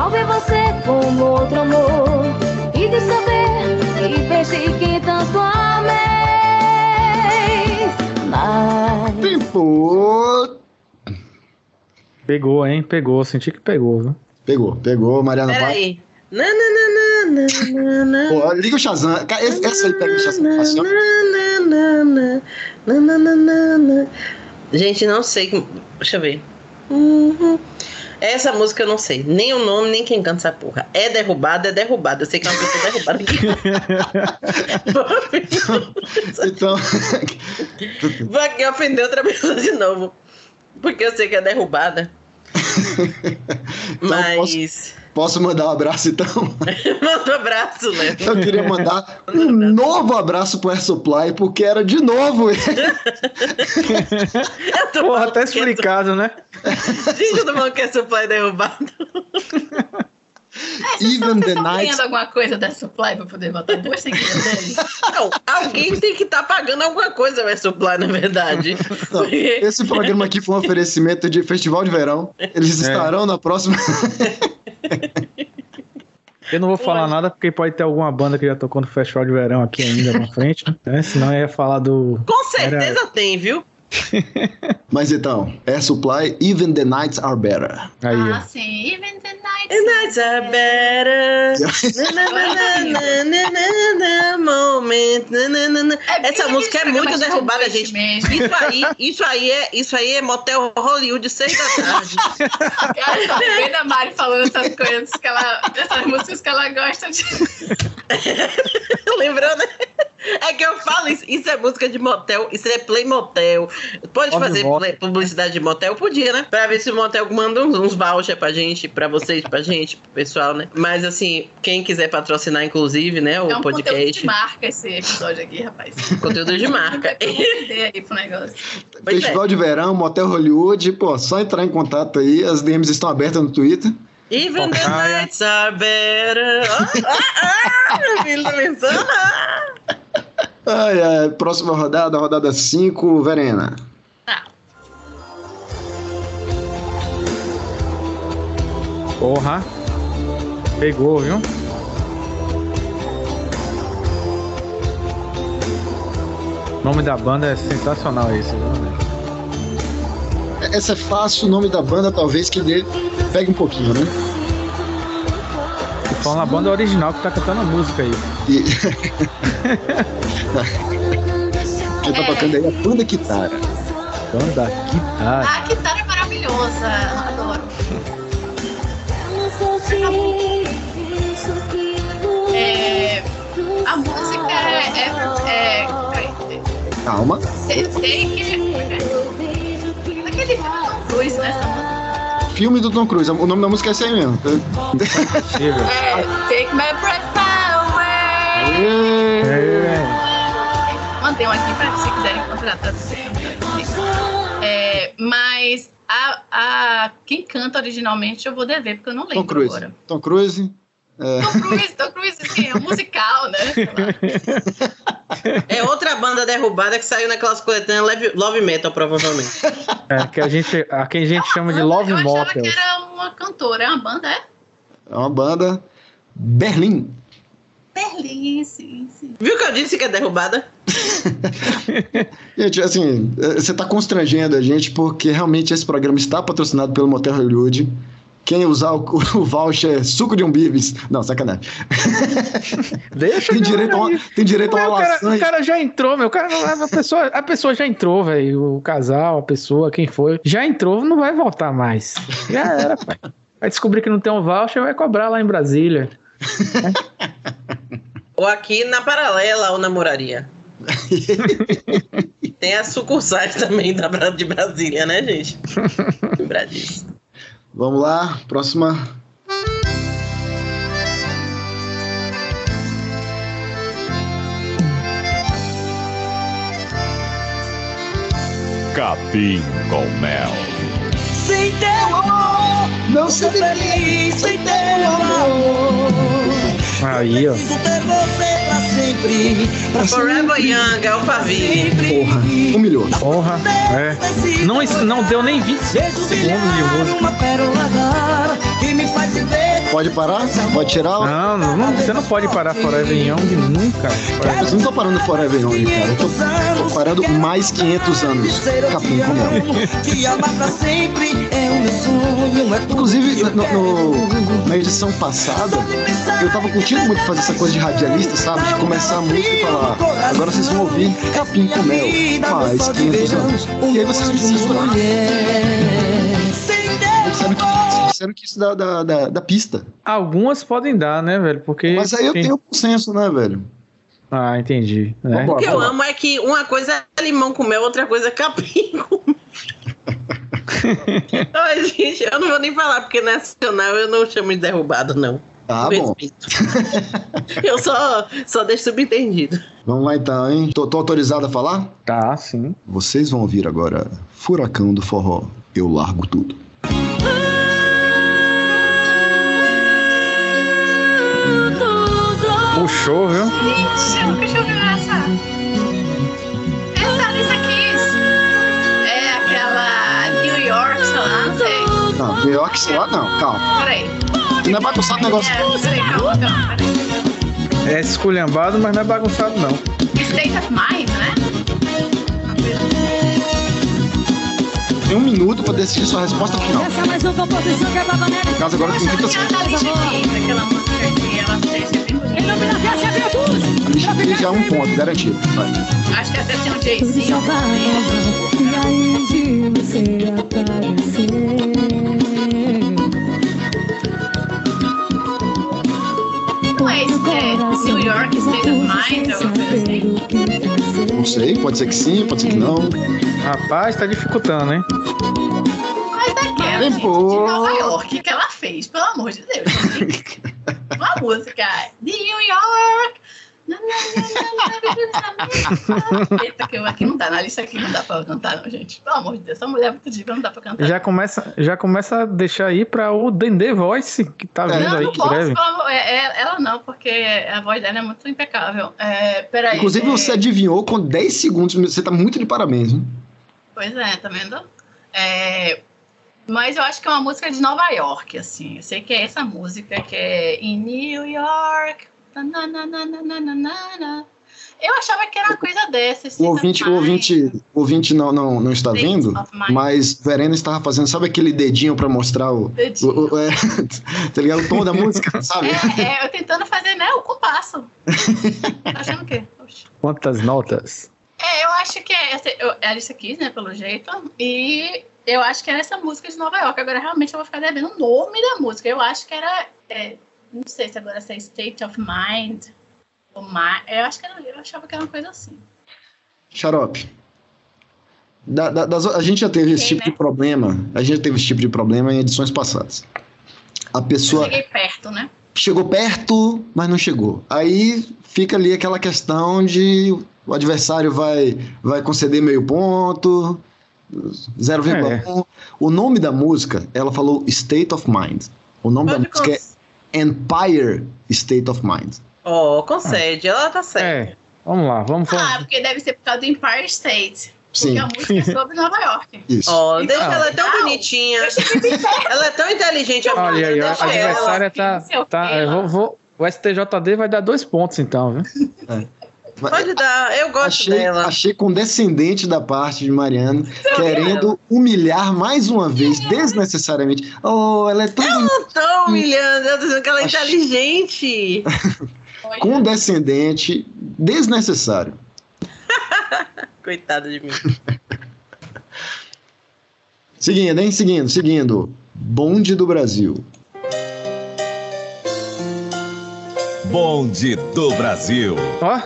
J: ao ver você como outro amor. E de saber que perdi que tanto amei. Mas
B: Tempo.
A: Pegou, hein? Pegou, senti que pegou, viu?
B: Pegou, pegou, Mariana. vai.
F: Peraí. Na, na, na, na, na, na, na.
B: Pô, liga o Shazam. Ca- esse- Essa aí pega o Shazam. Assim, ó.
F: Nananana, nananana. Gente, não sei. que- Deixa eu ver. Uhum. Essa música eu não sei. Nem o nome, nem quem canta essa porra. É derrubada, é derrubada. Eu sei que é uma pessoa derrubada que.
B: Então,
F: Vai que ofender outra pessoa de novo. Porque eu sei que é derrubada.
B: Então eu posso-
F: Mas.
B: posso mandar um abraço então?
F: Manda um abraço, Léo.
B: Eu queria mandar um novo abraço pro Air Supply, porque era de novo.
F: Eu tô
A: Porra,
F: falando
A: até
F: que é su-
A: explicado, né?
F: Gente, eu tô falando que é supply derrubado.
B: Even the
E: Vocês estão
B: night.
E: ganhando alguma coisa da Supply pra poder botar duas seguidas dele?
F: Não, alguém tem que estar pagando alguma coisa vai supply, na verdade.
B: Não,
F: Porque-
B: Esse programa aqui foi um oferecimento de Festival de Verão. Eles
A: É.
B: estarão na próxima.
A: Eu não vou falar nada porque pode ter alguma banda que já tocou no festival de verão aqui ainda na frente, né? Senão eu ia falar do.
F: Com certeza tem, viu?
B: Mas então, Air Supply, Even the Nights Are Better.
A: Aí,
E: ah,
A: ó.
E: sim. Even the night.
F: And nights are better. Na, na, na, na, na, na, na, moment. Na, na, na, na.
E: É bem
F: Essa
E: aquele
F: música é
E: programa
F: muito
E: de
F: derrubada,
E: noite
F: gente.
E: mesmo.
F: Isso aí, isso aí é, isso aí é motel Hollywood seis da tarde.
E: Cara, tá vendo a Mari falando essas coisas que ela. Essas músicas que ela gosta de.
F: Lembrou, né? É que eu falo isso. Isso é música de motel, isso é play motel. Pode
A: Óbvio,
F: fazer
A: óbvio.
F: play- publicidade de motel? Podia, né? Pra ver se o motel manda uns, uns voucher pra gente, pra vocês, pra gente, pro pessoal, né? Mas assim, quem quiser patrocinar, inclusive, né? O
E: É um conteúdo de
F: podcast.
E: marca esse episódio aqui, rapaz.
F: Conteúdo de marca. é.
E: Tem que vender aí pro negócio.
F: Pois
B: Festival de Verão, Motel Hollywood. Pô, só entrar em contato aí. As DMs estão abertas no Twitter.
F: Even the
A: Tocaia.
F: nights are better. Ah, ah, ah, meu filho tá pensando. Ah.
B: Ai, ai, próxima rodada, rodada 5, Verena.
E: Tá.
A: Porra. Pegou, viu? O nome da banda é sensacional esse, viu?
B: Essa é fácil, o nome da banda talvez que dê. Pegue um pouquinho, né?
A: Tô falando a banda original que tá cantando a música aí.
B: E... Quem tá tocando aí é a banda guitarra.
A: Banda guitarra.
E: Ah, a guitarra é maravilhosa. Adoro. É, a música é. é, é peraí,
B: Calma.
E: sei, sei que. Aquele luz nessa música.
B: Filme do Tom Cruise. O nome da música é esse aí mesmo.
A: Impossível.
E: É, take my breath away.
A: É,
E: Mandei um aqui pra se quiserem contratar. se quiserem. É, mas a, a, quem canta originalmente eu vou dever, porque eu não
B: Tom
E: lembro
B: Cruise.
E: agora.
B: Tom Cruise. É.
E: Tom Cruise, Tom Cruise, assim, é um musical, né? Sei lá.
F: É outra banda derrubada que saiu naquelas coletâneas Love, Love Metal, provavelmente.
A: é, que a gente, a quem a gente chama de Love
E: Ah, eu achava
A: Motel.
E: que era uma cantora, é uma banda, é?
B: É uma banda. Berlim.
E: Berlim, sim, sim.
F: Viu que eu disse que é derrubada?
B: Gente, é, assim, eh, você tá constrangendo a gente porque realmente esse programa está patrocinado pelo Motel Hollywood. Quem usar o, o voucher suco de um bibis. Não, sacanagem.
A: Deixa
B: tem,
A: a galera
B: direito a uma,
A: aí.
B: tem direito a
A: Mas
B: uma
A: o, cara,
B: lasanha.
A: o cara já entrou, meu. O cara, não- a, pessoa, a pessoa já entrou, velho. O casal, a pessoa, quem foi. Já entrou, não vai voltar mais. Já era, pai. Vai descobrir que não tem um voucher, vai cobrar lá em Brasília.
F: Ou aqui na Paralela ou na Moraria. Tem as sucursais também da Bra- de Brasília, né, gente? Lembrar disso.
B: Vamos lá, próxima.
K: Capim com mel.
C: Sem teu amor, não sou feliz sem teu amor.
A: Aí, ó.
C: Preciso ter você pra sempre. Pra
F: Forever
C: sempre.
F: Young, é Alphaville.
B: Porra, um humilhou.
A: Porra. É. Não, isso não deu nem 25 segundos de música.
C: Uma pérola d'or que me faz viver.
B: Pode parar? Pode tirar?
A: Não, não, não- você não pode parar Forever Young nunca.
B: Eu não tô parando Forever Young, cara. Eu tô, tô parando mais 500 anos.
C: Ser eu
B: Capim
C: te
B: com mel.
C: amo, te amar pra sempre é o meu sonho. É tudo
B: Inclusive,
C: que eu
B: no- no-
C: quero.
B: na edição passada, eu tava curtindo muito fazer essa coisa de radialista, sabe? De começar a música e falar, "Ah, agora vocês vão ouvir Capim com Mel, mais 500 anos. E aí vocês precisam escutar. Eles disseram que, eles disseram que isso dá da, da, da pista.
A: Algumas podem dar, né, velho? Porque.
B: Mas aí eu
A: tem-
B: tenho consenso, né, velho?
A: Ah, entendi. né?
F: O que eu
B: Vambora,
F: amo é que uma coisa é limão com mel, outra coisa é capim com mel. Ai, gente, eu não vou nem falar, porque nacional eu não chamo de derrubado, não.
B: Tá
F: Com
B: bom.
F: respeito. eu só, só deixo subentendido.
B: Vamos lá então, hein? Tô, tô autorizado a falar?
A: Tá, sim.
B: Vocês vão ouvir agora Furacão do Forró. Eu largo tudo.
A: Puxou, viu?
E: Gente, eu nunca tinha ouvido essa. Essa lista aqui é aquela New York, sei lá, não sei.
B: Não, melhor que sei lá, não. Calma.
E: Peraí.
B: Tu não é bagunçado o negócio.
E: É, peraí, calma, calma, peraí.
A: É esculhambado, mas não é bagunçado, não.
E: State of Mind, né?
B: Tem um minuto pra decidir sua resposta final.
J: Essa é mais uma composição que é babaneira.
B: No caso, agora tem
E: Essa
B: 30
E: minha
B: segundos.
E: tá lista aqui, aquela música que ela deixa bem
J: Em
E: bonita.
J: nome da festa, viu tudo?
B: A lista dele já é um ponto, garantido. Vai.
E: Acho que até tem um Jay-Z.
J: E aí de você aparecer.
E: Não é esse que é New York, State of Mind, alguma coisa assim?
J: é
B: Não sei, pode ser que sim, pode ser que não.
A: Rapaz, tá dificultando, hein?
E: Mas daquela, gente, de
B: Boa.
E: Nova York que ela fez, pelo amor de Deus. Uma música de New York. Na, na, na, na, na, na, na, na, na. Eita, que eu- Aqui não dá, na lista aqui não dá pra cantar, não, gente. Pelo amor de Deus, essa mulher é muito diva, não dá pra cantar.
A: Já começa, já começa a deixar aí pra o Dendê Voice, que tá vindo
E: não,
A: aí
E: não
A: que breve.
E: posso, pelo amor- é, é, ela não, porque a voz dela é muito impecável. É, peraí.
B: Inclusive,
E: é,
B: você adivinhou com 10 segundos. Você tá muito de parabéns, hein?
E: Pois é, tá vendo? É, mas eu acho que é uma música de Nova York, assim. Eu sei que é essa música que é em New York. Tanananananana. Eu achava que era uma coisa dessa. assim,
B: O ouvinte, o
E: também.
B: ouvinte, o ouvinte não, não, não está
E: State
B: vendo,
E: of mind.
B: mas Verena estava fazendo, sabe aquele dedinho pra mostrar o.
E: Dedinho.
B: o- o- é, tá ligado? O tom da música, sabe?
E: É, é, eu tentando fazer, né, o compasso. tá achando o quê? Oxe.
A: Quantas notas?
E: É, eu acho que é essa, eu, era isso aqui, né, pelo jeito. E eu acho que era essa música de Nova York. Agora, realmente, eu vou ficar devendo o nome da música. Eu acho que era. é, não sei se agora se é State of Mind. Ou Ma- eu, acho que era, eu achava que era uma coisa assim.
B: Xarope. Da- da- das- a gente já teve esse
E: Tem,
B: tipo
E: né?
B: de problema. A gente já teve esse tipo de problema em edições passadas. A
E: Eu
B: pessoa
E: cheguei perto, né?
B: chegou perto, mas não chegou. Aí fica ali aquela questão de o adversário vai, vai conceder meio ponto, 0,1. O nome da música, ela falou State of Mind. O nome da
F: Pode
B: música
F: cons-
B: é Empire State of Mind.
F: Ó, concede, ela tá certa.
A: É, vamos lá, vamos
E: Ah,
A: falar.
E: porque deve ser por causa do Empire State.
B: Sim,
E: Porque a música é sobre Nova York.
B: isso.
F: Ó, deixa
A: Ah.
F: ela é tão
E: Não.
F: bonitinha. Ela é tão inteligente. eu
A: Olha aí, ó, a
F: deixa ela.
A: adversária tá.
E: Não sei o
A: tá
E: quê
A: eu
E: lá.
A: vou, vou- o STJD vai dar dois pontos, então, viu?
F: Pode dar, eu gosto
B: achei,
F: dela.
B: Achei condescendente da parte de Mariana,
F: tá
B: querendo humilhar mais uma vez, desnecessariamente. Oh, ela é tão.
F: Eu não tô humilhando, eu tô dizendo que ela é inteligente. é
B: condescendente, desnecessário.
F: Coitada de mim.
B: Seguindo, hein? Seguindo, seguindo. Bonde do Brasil.
C: Bonde do Brasil.
A: Ó.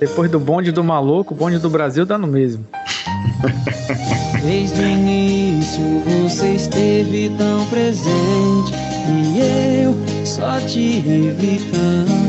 A: Depois do bonde do maluco, o bonde do Brasil dá no mesmo.
J: Desde o início você esteve tão presente e eu só te evitando.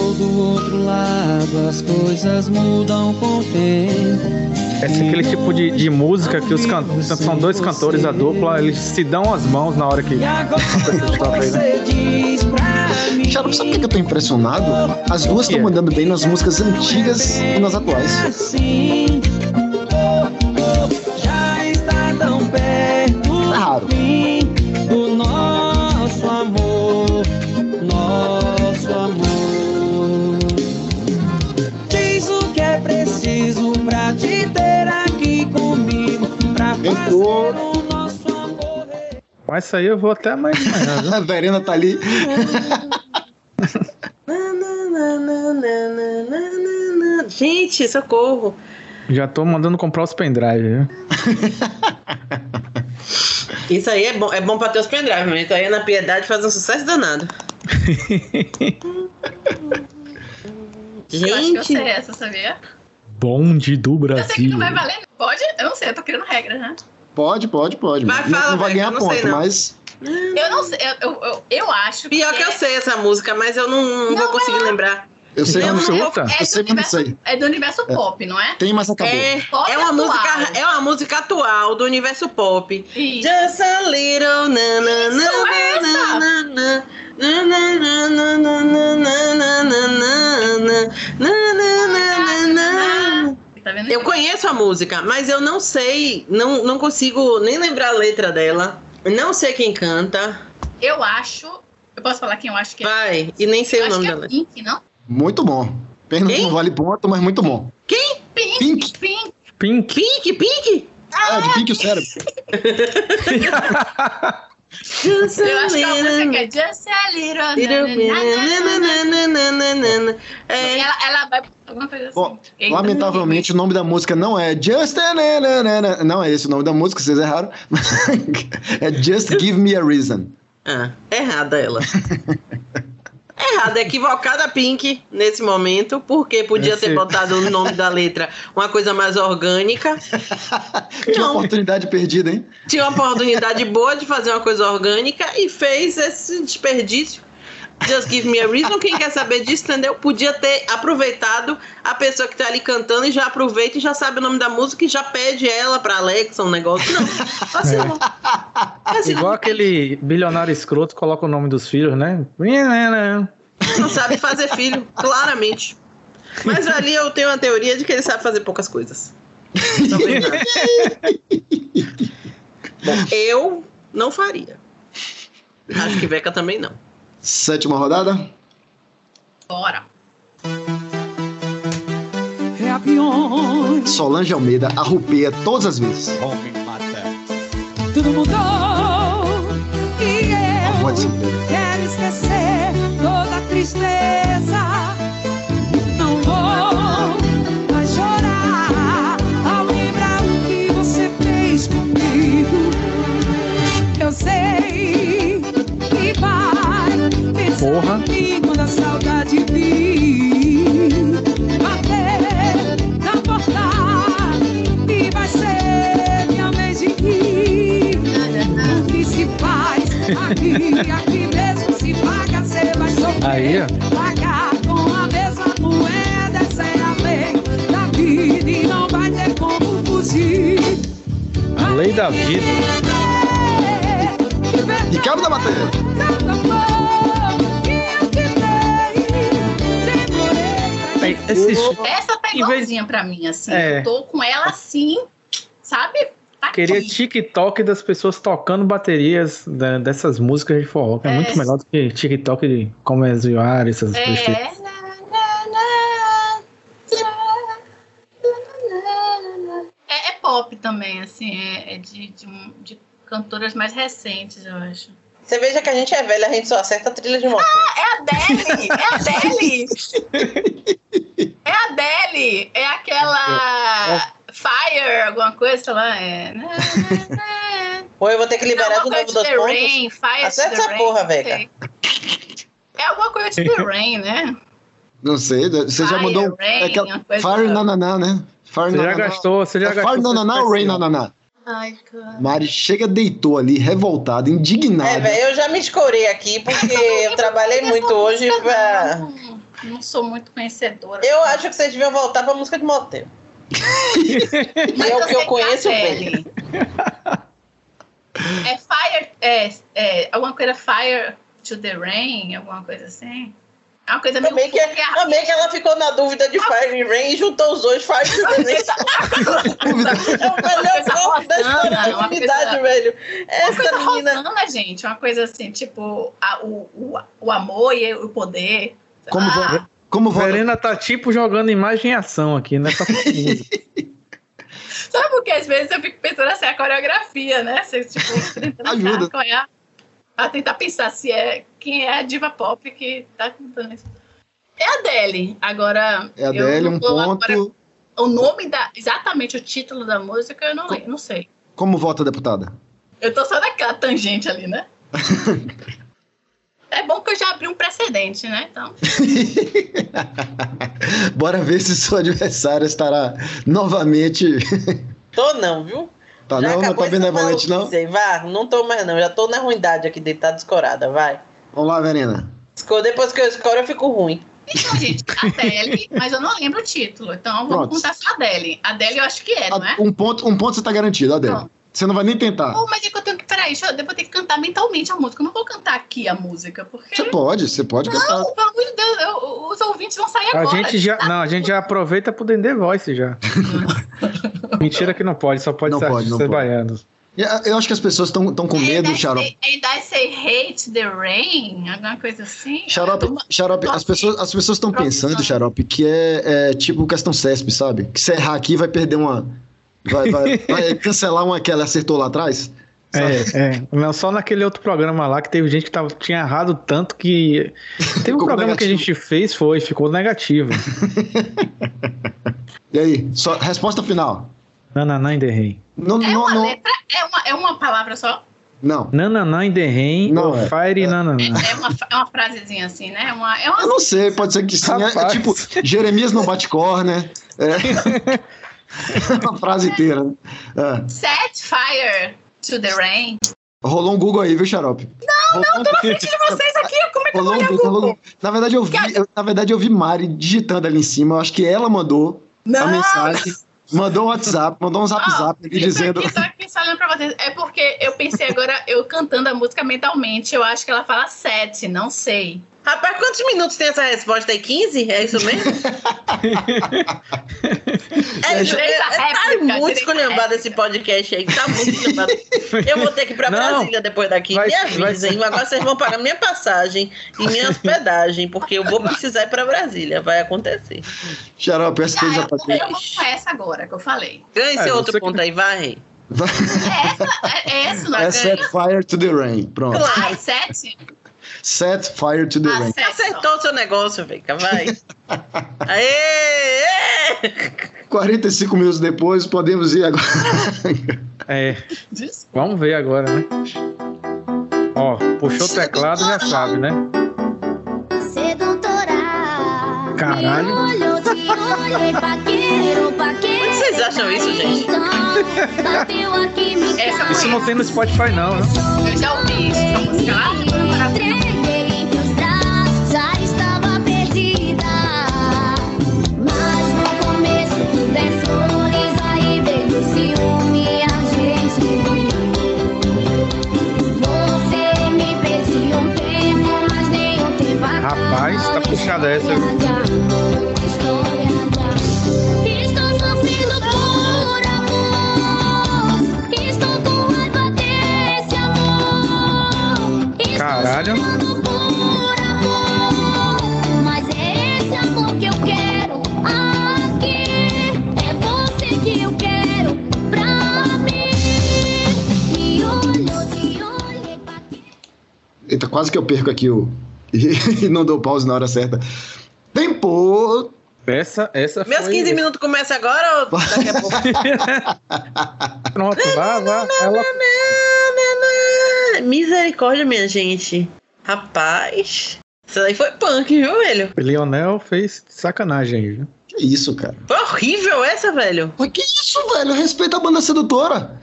J: Ou do outro lado as coisas mudam com o tempo.
A: Essa é aquele tipo de, de música que os can... são dois cantores a dupla, eles se dão as mãos na hora que.
B: tá
J: Você diz pra mim
B: Xarope, sabe por que eu tô impressionado? As duas estão mandando bem nas músicas antigas e nas atuais.
J: assim. oh, oh, Já está tão perto
B: É raro.
J: do fim do nosso amor, nosso amor. Diz o que é preciso pra te ter aqui comigo, pra fazer
B: Entrou.
J: o nosso amor.
A: Com essa aí eu vou até mais de manhã. viu?
B: A Verena tá ali.
F: Na, na, na, na, na, na, na, na, na. Gente, socorro.
A: Já tô mandando comprar os pendrive, viu?
F: Isso aí é bom, é bom pra ter os pendrive, mas Então aí na piedade faz um sucesso danado.
E: Eu acho que eu
F: Gente,
E: sei essa, sabia?
A: Bonde do
E: Eu sei é que
A: Brasil.
E: não vai valer. Pode? Eu não sei, eu tô criando regra, né?
B: Pode, pode, pode.
F: Vai,
B: não,
F: fala,
B: não vai
F: Verena,
B: ganhar
F: não
B: ponto,
F: sei não.
B: mas.
E: Eu não sei, eu, eu, eu, eu acho
F: pior que eu
E: é-
F: sei essa música, mas eu não, não vou conseguir lembrar.
B: Eu sei,
F: Eu
B: eu não sei.
A: Eita.
E: É
B: Eu sei,
E: do
B: mas não
E: universo,
B: sei.
E: é do universo pop, não é?
B: Tem, mas acabou.
F: É,
E: Pop
F: é uma
E: atual.
F: música, é uma música atual do universo pop.
E: Isso.
F: Just a little na na na
E: Isso, é
F: na
E: essa.
F: na na na na na na na na na na na na na na na na
E: Tá vendo?
F: Eu conheço a música, mas eu não sei, não, não consigo nem lembrar a letra dela. Não sei quem canta.
E: Eu acho. Eu posso falar quem eu acho que é?
F: Vai, e nem sei
E: eu
F: o
E: acho
F: nome
E: que
F: dela.
E: é Pink, não?
B: Muito bom. Pena que
F: Quem?
B: não vale ponto, mas muito bom.
E: Pink,
B: Pink.
E: Pink.
A: Pink.
F: Pink, Pink?
B: Ah, de Pink o cérebro.
F: Just a
E: Eu acho que a música
F: little-
E: é Just a Little.
F: little
E: na, na, na, na, na.
F: na, na, na, na, na. É,
E: Ela, ela vai botar alguma coisa assim.
B: Bom,
E: Eita.
B: Lamentavelmente, o nome da música não é Just. Nananana. Não é esse o nome da música, vocês erraram. é Just Give Me a Reason.
F: Ah, errada ela. errada, equivocada a Pink nesse momento, porque podia
A: Esse-
F: ter botado o nome da letra uma coisa mais orgânica.
B: Que
F: Não.
B: oportunidade perdida, hein?
F: Tinha uma oportunidade boa de fazer uma coisa orgânica e fez esse desperdício. Just give me a reason. Quem quer saber disso, entendeu? Podia ter aproveitado a pessoa que tá ali cantando e já aproveita e já sabe o nome da música e já pede ela pra Alexa, um negócio. Não, Assim vacilou. Vacilou.
A: É. Igual aquele bilionário escroto que coloca o nome dos filhos, né?
F: não sabe fazer filho, claramente. Mas ali eu tenho a teoria de que ele sabe fazer poucas coisas. Talvez nada. Bom, eu não faria. Acho que Beca também não.
B: Sétima rodada.
E: Bora.
J: Reaviões,
B: Solange Almeida arrupeia todas as vezes.
L: Homem mata.
J: tudo mudou e
B: A
J: eu
B: voz de Solange.
J: Quero esquecer toda a tristeza. Não vou mais chorar ao lembrar o que você fez comigo. Eu sei que vai pensar
A: Porra.
J: em mim quando a saudade vir. Bater na porta e vai ser minha vez de ir. O que se faz aqui, aqui mesmo se paga, cê vai sofrer.
A: Aí, ó.
J: Pagar com a mesma moeda, essa é a lei da vida e não vai ter como fugir.
A: A lei da vida.
B: Ricardo da Bateria.
J: é
A: Aí, Esse,
E: Essa tá
A: Em vez-
E: igualzinha pra mim, assim.
A: É.
E: Eu tô com ela assim, sabe?
A: Queria TikTok das pessoas tocando baterias da- dessas músicas de forró, que é,
E: É.
A: muito melhor do que TikTok de como é zoar essas besteiras.
E: É. na, na, na, na, na, na, na. É, é pop também, assim, é, é de, de, um- de cantoras mais recentes, eu acho.
F: Você veja que a gente é velha, a gente só acerta a trilha de moto.
E: É a Adele! É a Adele! É a Adele! É aquela Fire, alguma coisa, sei lá. É. Na,
F: Ou eu vou ter que liberar
E: Não, tá
F: de
E: alguma
F: novo
E: coisa
F: dois
E: de The
F: pontos.
E: Rain, Fire to
F: Acerta
E: the
F: essa
E: Rain,
F: porra,
E: não sei.
F: velho.
E: É alguma coisa de The Rain, né?
B: Não sei, você já
E: Fire,
B: mandou. um-
E: rain,
B: é aquela-
E: uma coisa-
B: Fire Nananá, né? Fire
A: Você já gastou, você já
B: é
A: gastou
B: Fire
A: seu
B: Nananá ou Rain Nananá?
E: Ai, cara.
B: Mari chega, deitou ali, revoltada,
F: É,
B: indignada.
F: velho, eu já me escorei aqui porque eu trabalhei muito hoje pra.
E: Não sou muito conhecedora.
F: Eu acho que vocês deviam voltar pra música de motel. é o
E: tá
F: que eu conheço bem.
E: É Fire. É, é, alguma coisa Fire to the Rain, alguma coisa assim. É uma coisa meio
F: Também que, também que ela ficou na dúvida de Fire and Rain e juntou os dois Fire
E: tá
F: and Rain. é o melhor golpe da história
E: Não, não,
F: da
E: uma
F: humanidade,
E: coisa-
F: velho.
E: Uma coisa
F: Essa menina.
E: romana, gente. Uma coisa assim, tipo, a- o, o, o amor e o poder.
A: Como
E: Ah,
B: Como
A: Verena tá tipo jogando imagem em ação aqui, né? Tá
E: Sabe porque às vezes eu fico pensando assim, a coreografia, né? Você, tipo, tentando
A: Ajuda.
E: achar qual é a- a tentar pensar se é quem é a diva pop que tá cantando isso. É a Adele. Agora.
B: É a
E: eu
B: Adele,
E: não
B: um
E: vou
B: ponto.
E: agora- o nome da. Exatamente o título da música, eu não, lembro, não sei.
B: Como vota a deputada?
E: Eu tô só naquela tangente ali, né? é bom que eu já abri um precedente, né? Então.
B: Bora ver se seu adversário estará novamente.
F: Tô não, viu?
B: Tá não, não tá
F: essa
B: benevolente, não?
F: maluquice aí, Vá, não tô mais não, já tô na ruindade aqui, deitada escorada, vai.
B: Vamos lá, Verena.
F: Esco- Depois que eu escoro, eu fico ruim.
E: Então, gente, Adele, mas eu não lembro o título. Então, vamos
B: Pronto.
E: contar só a Adele. Adele eu acho que é, não é?
B: Um ponto, um ponto você tá garantido, Adele.
E: Não.
B: Você não vai nem tentar.
E: Oh, mas é que eu tenho que. Peraí, deixa eu, eu vou ter que cantar mentalmente a música. Eu não vou cantar aqui a música, porque.
B: Você pode, você pode cantar.
E: Não, pelo amor de Deus, eu- os ouvintes vão
F: É
E: sair
A: A
E: agora.
A: gente já, não, a gente já aproveita pro Dendê Voice já. Mentira que não pode, só pode
B: Não
A: ser
B: pode, não
A: artistas
B: pode.
A: baianos.
B: E, ah, Eu acho que as pessoas estão com
E: É,
B: medo, Xarope.
E: And I say é hate the rain, alguma coisa assim.
B: Xarope, xarope as pessoas as pessoas estão pensando, Xarope, que é, é tipo questão CESP, sabe? Que se errar aqui vai perder uma. Vai, vai- vai cancelar uma que ela acertou lá atrás.
A: É, é. Não, só naquele outro programa lá que teve gente que tava, tinha errado tanto que. Teve um
B: Ficou
A: programa que a gente fez, foi, ficou negativo.
B: E aí? Só, resposta final.
A: Nananã in the rain.
B: Não,
E: É
B: não,
E: uma
B: não.
E: letra, é uma, é uma palavra só.
B: Não.
A: Nananã in the rain,
B: Não,
A: ou
B: é.
A: fire nananã.
E: É uma, é uma frasezinha assim, né? É uma, é uma
B: Eu não sei, pode ser que sim. É, é
A: Rapaz.
B: tipo, Jeremias não bate cor, né? É. uma frase inteira. né? É.
E: set fire to the rain.
B: Rolou um Google aí, viu, Xarope?
E: Não, não, eu tô na frente de vocês aqui. Como é que eu
B: Rolou
E: vou
B: um
E: olhar o
B: Google. rolou um-
E: Google?
B: Na verdade, eu vi, eu- na verdade, eu vi Mari digitando ali em cima. Eu acho que ela mandou
E: Não.
B: a mensagem. Mandou um WhatsApp, mandou um zap zap ali dizendo.
E: Ah, Isso aqui só olhando pra vocês. É porque eu pensei agora, eu cantando a música mentalmente, eu acho que ela fala sete, não sei.
F: Rapaz, quantos minutos tem essa resposta aí? 15? É isso mesmo? é,
E: Direito à
F: é- é- tá
E: réplica,
F: muito
E: direito à
F: esculhambado esse podcast aí, tá muito esculhambado. Eu vou ter que ir pra
A: Não,
F: Brasília depois daqui.
A: vai-
F: me
A: vai-
F: avisem, agora vocês vão pagar minha passagem e minha hospedagem, porque eu vou precisar ir pra Brasília, vai acontecer.
B: Xarope, essa coisa já tá
E: Ah, Eu vou com essa agora que eu falei.
F: Ganhe
B: É,
F: seu outro
B: você que-
F: ponto aí, vai.
E: É, é essa, não é?
B: É set fire to the rain. Pronto.
E: Ai, sete?
B: Set fire to the
E: Ah,
B: rain.
E: É
F: Acertou o seu negócio, Veica, vai. Aê! é. aê!
B: 45 minutos depois, podemos ir agora.
A: É. Vamos ver agora, né? Ó, puxou o teclado, já sabe, né?
J: Sedutora.
A: Caralho.
J: Olho de olho e paqueiro, paqueiro.
F: Onde vocês acham isso, gente?
J: Então, bateu aqui me cai.
A: Isso não tem no Spotify, não, né?
E: Eu já ouvi isso, essa música lá.
J: Entreguei meus braços, já estava perdida. Mas no começo tudo é flores, aí vem o ciúme e a gente. Você me pediu um tempo, mas nem um tempo
A: Rapaz, tá puxada essa.
J: Estou sofrendo por amor que
A: Caralho.
J: Mas é esse amor que eu quero aqui. É você que eu quero pra mim. Me olhou, te olhei pra
B: Eita, quase que eu perco aqui o. E não dou pause na hora certa. Tempo!
A: Essa, essa
F: Meus 15 minutos começa agora ou daqui a pouco?
A: Pronto, vá, vá. Ela...
F: Ah, Misericórdia, minha gente. Rapaz. Isso daí foi punk, viu, velho?
A: Leonel fez sacanagem aí, viu?
B: Que isso, cara?
F: Foi horrível essa, velho.
B: Mas que isso, velho? Respeita a banda sedutora.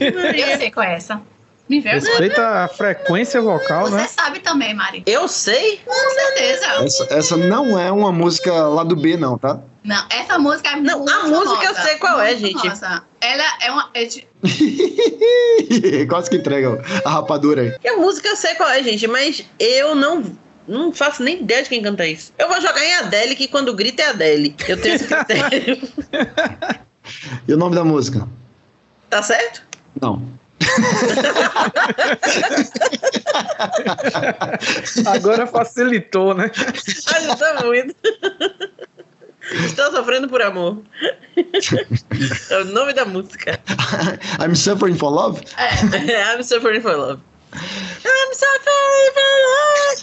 E: Eu sei qual é essa. Me vê.
A: Respeita a frequência vocal,
E: Você
A: né?
E: sabe também, Mari.
F: Eu sei.
E: Com certeza.
B: Essa, essa não é uma música lá do B, não, tá?
E: Não, essa música é
F: Não,
E: muito
F: a música eu
E: famosa,
F: sei qual é,
E: muito
F: gente.
E: famosa. Ela é uma. é de-
B: Quase que entrega a rapadura aí.
F: E a música eu sei qual é, gente, mas eu não. Não faço nem ideia de quem canta isso. Eu vou jogar em Adele, que quando grita é Adele. Eu tenho esse critério.
B: E o nome da música?
F: tá certo?
B: Não.
A: Agora facilitou, né?
F: Ajuda muito. Estou sofrendo por amor. é o nome da música.
B: I'm Suffering for Love?
E: é,
F: I'm suffering for love. I'm suffering for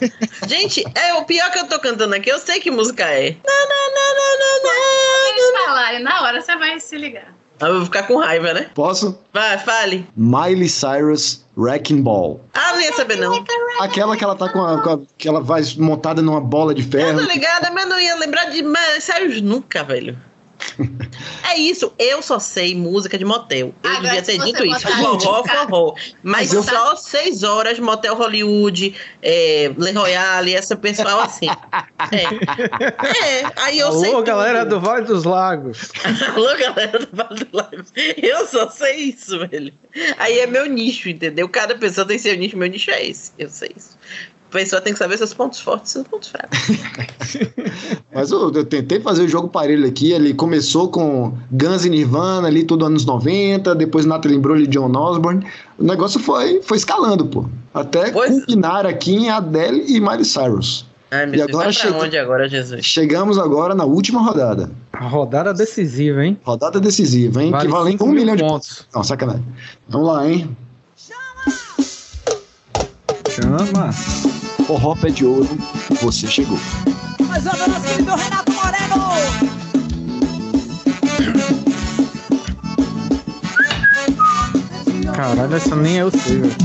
F: love. Gente, é o pior que eu tô cantando aqui. Eu sei que música é. Na, na, na, na, na, na.
E: Eles falarem, na hora você vai se ligar.
F: Ah, Eu vou ficar com raiva, né?
B: Posso?
F: Vai, fale.
B: Miley Cyrus Wrecking Ball.
F: Ah, não ia saber não.
B: Aquela que ela tá com a, com a- que ela vai montada numa bola de
F: Eu
B: ferro.
F: tô ligada, mas não ia lembrar de mais sérios nunca, velho. É isso, eu só sei música de motel. Eu
E: Agora,
F: devia
E: se
F: ter
E: você
F: dito isso.
E: botar
F: Forró,
E: indicar-
F: forró.
E: Mas
F: Mas
E: eu-
F: só seis horas, motel Hollywood, é, Le Royale, essa pessoal assim. É. É, aí eu
A: Alô,
F: sei. tudo.
A: galera do Vale dos Lagos.
F: Alô, galera do Vale do Lago. Eu só sei isso, velho. Aí é meu nicho, entendeu? Cada pessoa tem seu nicho, meu nicho é esse. Eu sei isso. A pessoa tem que saber seus pontos fortes e seus pontos fracos.
B: Mas eu, eu tentei fazer o jogo parelho aqui. Ele começou com Guns e Nirvana ali, tudo anos 90. Depois Natalie Imbruglia e John Osborne. O negócio foi, foi escalando, pô. Até
F: Pois-
B: combinar aqui em Adele e Miley Cyrus.
F: Ai, meu
B: E
F: Deus,
B: agora
F: vai
B: chega-
F: pra onde agora, Jesus?
B: Chegamos agora na última rodada.
A: A rodada decisiva, hein?
B: Rodada decisiva, hein?
A: Vale
B: que valendo
A: cinco
B: um
A: mil
B: milhão de pontos.
A: pontos.
B: Não, sacanagem. Vamos lá, hein?
A: Chama.
B: Forró pé de ouro, você chegou.
M: Mais ou menos que do Renato Moreno.
A: Caralho, essa nem eu sei, velho.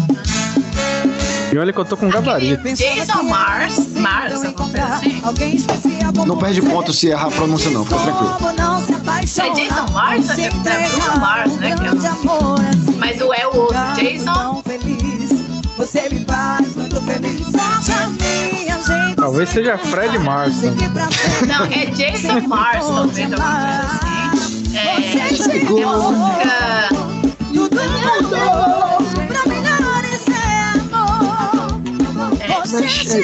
A: E olha que eu tô com um gabarito.
E: Jason Mars. Mars,
M: Não
E: alguma coisa
M: encontrar
E: assim.
M: alguém especial como
B: Não perde
M: você.
B: ponto se errar a pronúncia, não. Fica tranquilo.
M: Como não se apaixonar?
E: É Jason Mars?
M: Se
E: É
M: entregar
E: Bruno Mars,
M: um
E: né? Que eu
M: grande
E: não-
M: amor assim.
E: Mas o é o outro, Jason.
M: Tão feliz. Você me faz muito feliz. Volte a mim, a gente
A: Talvez
M: se
A: seja Fred né? Marston.
M: Fique pra sempre.
E: Não, é Jason
M: Sempre
E: Mars,
M: vou te
E: talvez, alguma coisa
M: amar.
E: assim. É,
M: Você
B: chegou.
E: é uma música.
M: Tudo mudou pra é melhor esse amor.
E: É.
M: Você
B: Chegou.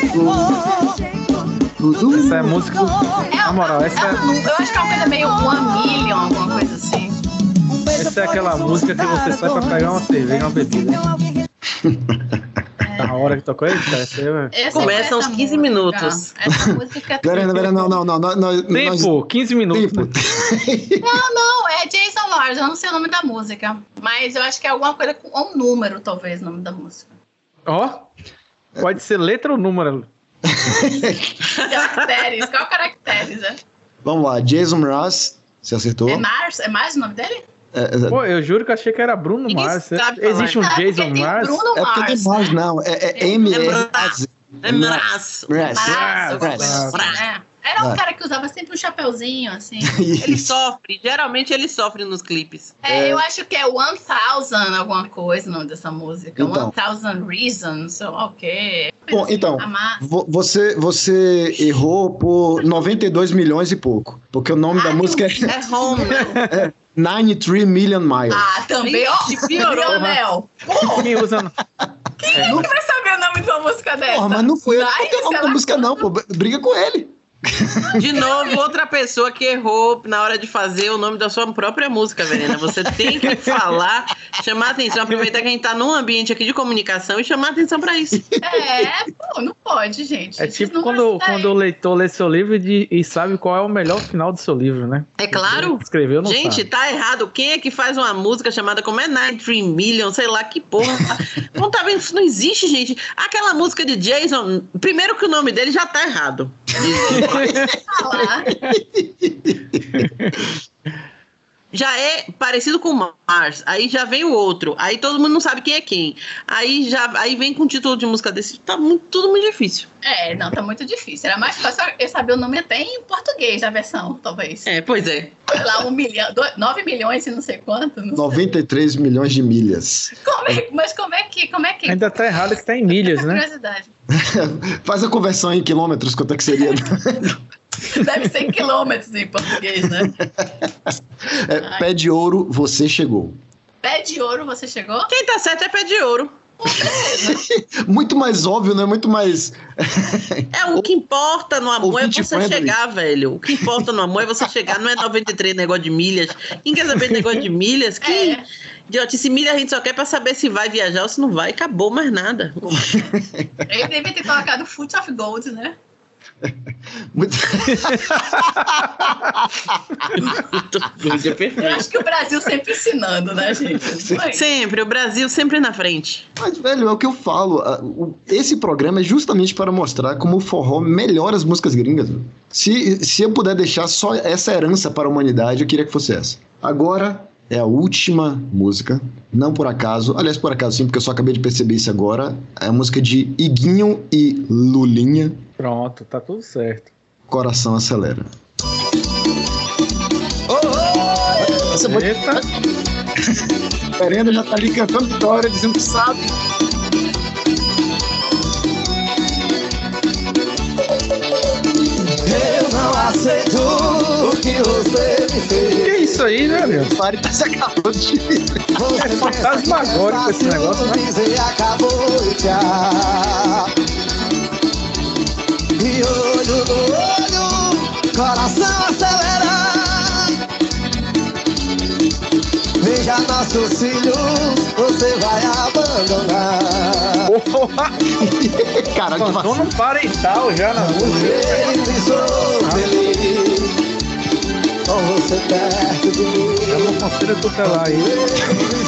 M: chegou.
B: Tudo
A: Essa é música. Na moral, essa é.
E: Eu acho que é uma coisa meio One Million, alguma coisa assim.
M: Um beijo
A: Essa é
M: pode
A: aquela música que você sai pra
M: ajudar
A: pegar uma
M: dois.
A: cerveja, uma bebida.
M: Então alguém
A: Na é hora que tocou, eita, essa é, né? aí, velho.
E: Essa-
F: Começa
E: essa
F: uns 15
E: música- é
F: minutos.
E: Essa música. é
B: Verena, Verena, não, não, não. Nós, nós, nós-
A: Tempo, 15 minutos.
B: Tempo.
A: né?
E: Não, não, é Jason Mars, eu não sei o nome da música. Mas eu acho que é alguma coisa com ou um número, talvez, o nome da música.
A: Ó. Pode ser letra ou número.
E: Caracteres, qual caracteres? né?
B: Vamos lá, Jason Mars, você acertou?
E: É Mars? É Mars o nome dele?
B: É, é-
A: Pô, eu juro que eu achei que era Bruno
F: Ninguém
A: Mars.
F: sabe falar.
A: Existe um
E: Ah, porque
A: Jason
E: tem
A: Mars?
E: Bruno
B: é porque tem
E: Mars.
B: mais, não. É, é M R A Z.
F: É braço. um
B: Mars.
E: Mars, alguma
B: Mars.
E: coisa assim, né? Era um
B: Mars.
E: cara que usava sempre um chapeuzinho, assim.
F: Ele sofre, geralmente ele sofre nos clipes.
E: É, Eu acho que é One Thousand, alguma coisa, o nome dessa música.
B: Então.
E: One Thousand Reasons, sei lá o quê.
B: Bom, então,
E: Amar.
B: vo- você, você errou por 92 milhões e pouco. Porque o nome da
E: Ah,
B: música é
F: É home.
B: 93 Million Miles.
E: Ah, também, ó.
F: piorou.
E: Leonel. Porra,
A: Quem usa. no-
E: quem vai saber o nome de uma música dessa?
B: É.
E: tá
B: Porra, mas não foi eu que
E: Vai,
B: coloquei o nome
E: sei
B: da
E: lá.
B: música, não, pô. Briga com ele.
F: De novo, outra pessoa que errou na hora de fazer o nome da sua própria música, Verena. Você tem que falar, chamar atenção, aproveitar que a gente tá num ambiente aqui de comunicação e chamar atenção pra isso.
E: É, pô, não pode, gente.
A: É tipo quando, quando o leitor lê seu livro e, de- e sabe qual é o melhor final do seu livro, né?
F: É claro.
A: Quem Escreveu não
F: Gente,
A: sabe.
F: tá errado. Quem é que faz uma música chamada como é Night Dream Million? Sei lá que porra. não tá vendo? Isso não existe, gente. Aquela música de Jason, primeiro que o nome dele já tá errado. já é parecido com Mars. Aí já vem o outro. Aí todo mundo não sabe quem é quem. Aí já aí vem com título de música desse. Tá muito, tudo muito difícil.
E: É, não, tá muito difícil. Era mais fácil eu saber o nome até em português da versão, talvez.
F: É, pois é.
E: Foi lá um milhão, dois, nove milhões e não sei quanto. não-
B: 93 milhões de milhas.
E: Como é- mas como é que. Como é que
A: Ainda tá errado que tá em milhas, né?
E: curiosidade?
B: Faz a conversão em quilômetros, quanto é que seria?
E: Deve ser em quilômetros em português, né?
B: É, pé de ouro, você chegou.
E: Pé de ouro, você chegou?
F: Quem tá certo é pé de ouro.
B: Muito mais óbvio, né? Muito mais.
F: É o que importa no amor é
B: Ouvinte
F: você
B: Wendley.
F: chegar, velho. O que importa no amor é você chegar. Não é 93 negócio de milhas. Quem quer saber de negócio de milhas? Que idiotice milha a gente só quer pra saber se vai viajar ou se não vai. Acabou mais nada.
E: Ele devia ter colocado Foot of Gold, né?
B: Muito...
F: é
E: Eu acho que o Brasil sempre ensinando, né, gente? Não é?
F: Sempre, o Brasil sempre na frente.
B: Mas, velho, é o que eu falo. a- o- Esse programa é justamente para mostrar como o forró melhora as músicas gringas. velho. Se, se eu puder deixar só essa herança para a humanidade, eu queria que fosse essa. Agora é a última música, não por acaso. Aliás, por acaso sim, porque eu só acabei de perceber isso agora. É a música de Iguinho e Lulinha,
A: Pronto, tá tudo certo.
B: Coração Acelera. Essa
A: Eita.
B: Verena já tá ali cantando vitória, dizendo que sabe.
J: Eu não aceito o que você me fez.
A: Que isso aí, né, meu?
B: O pare tá se acabando de
A: É fantasmagórico esse negócio, né?
J: Dizer acabou e tchau. E olho no olho, coração acelera. Veja nossos filhos, você vai abandonar.
B: Caralho, que
A: Abandono parental já né? na música.
J: Ele sou feliz. Com você perto de mim.
A: É uma parceira tutelar aí.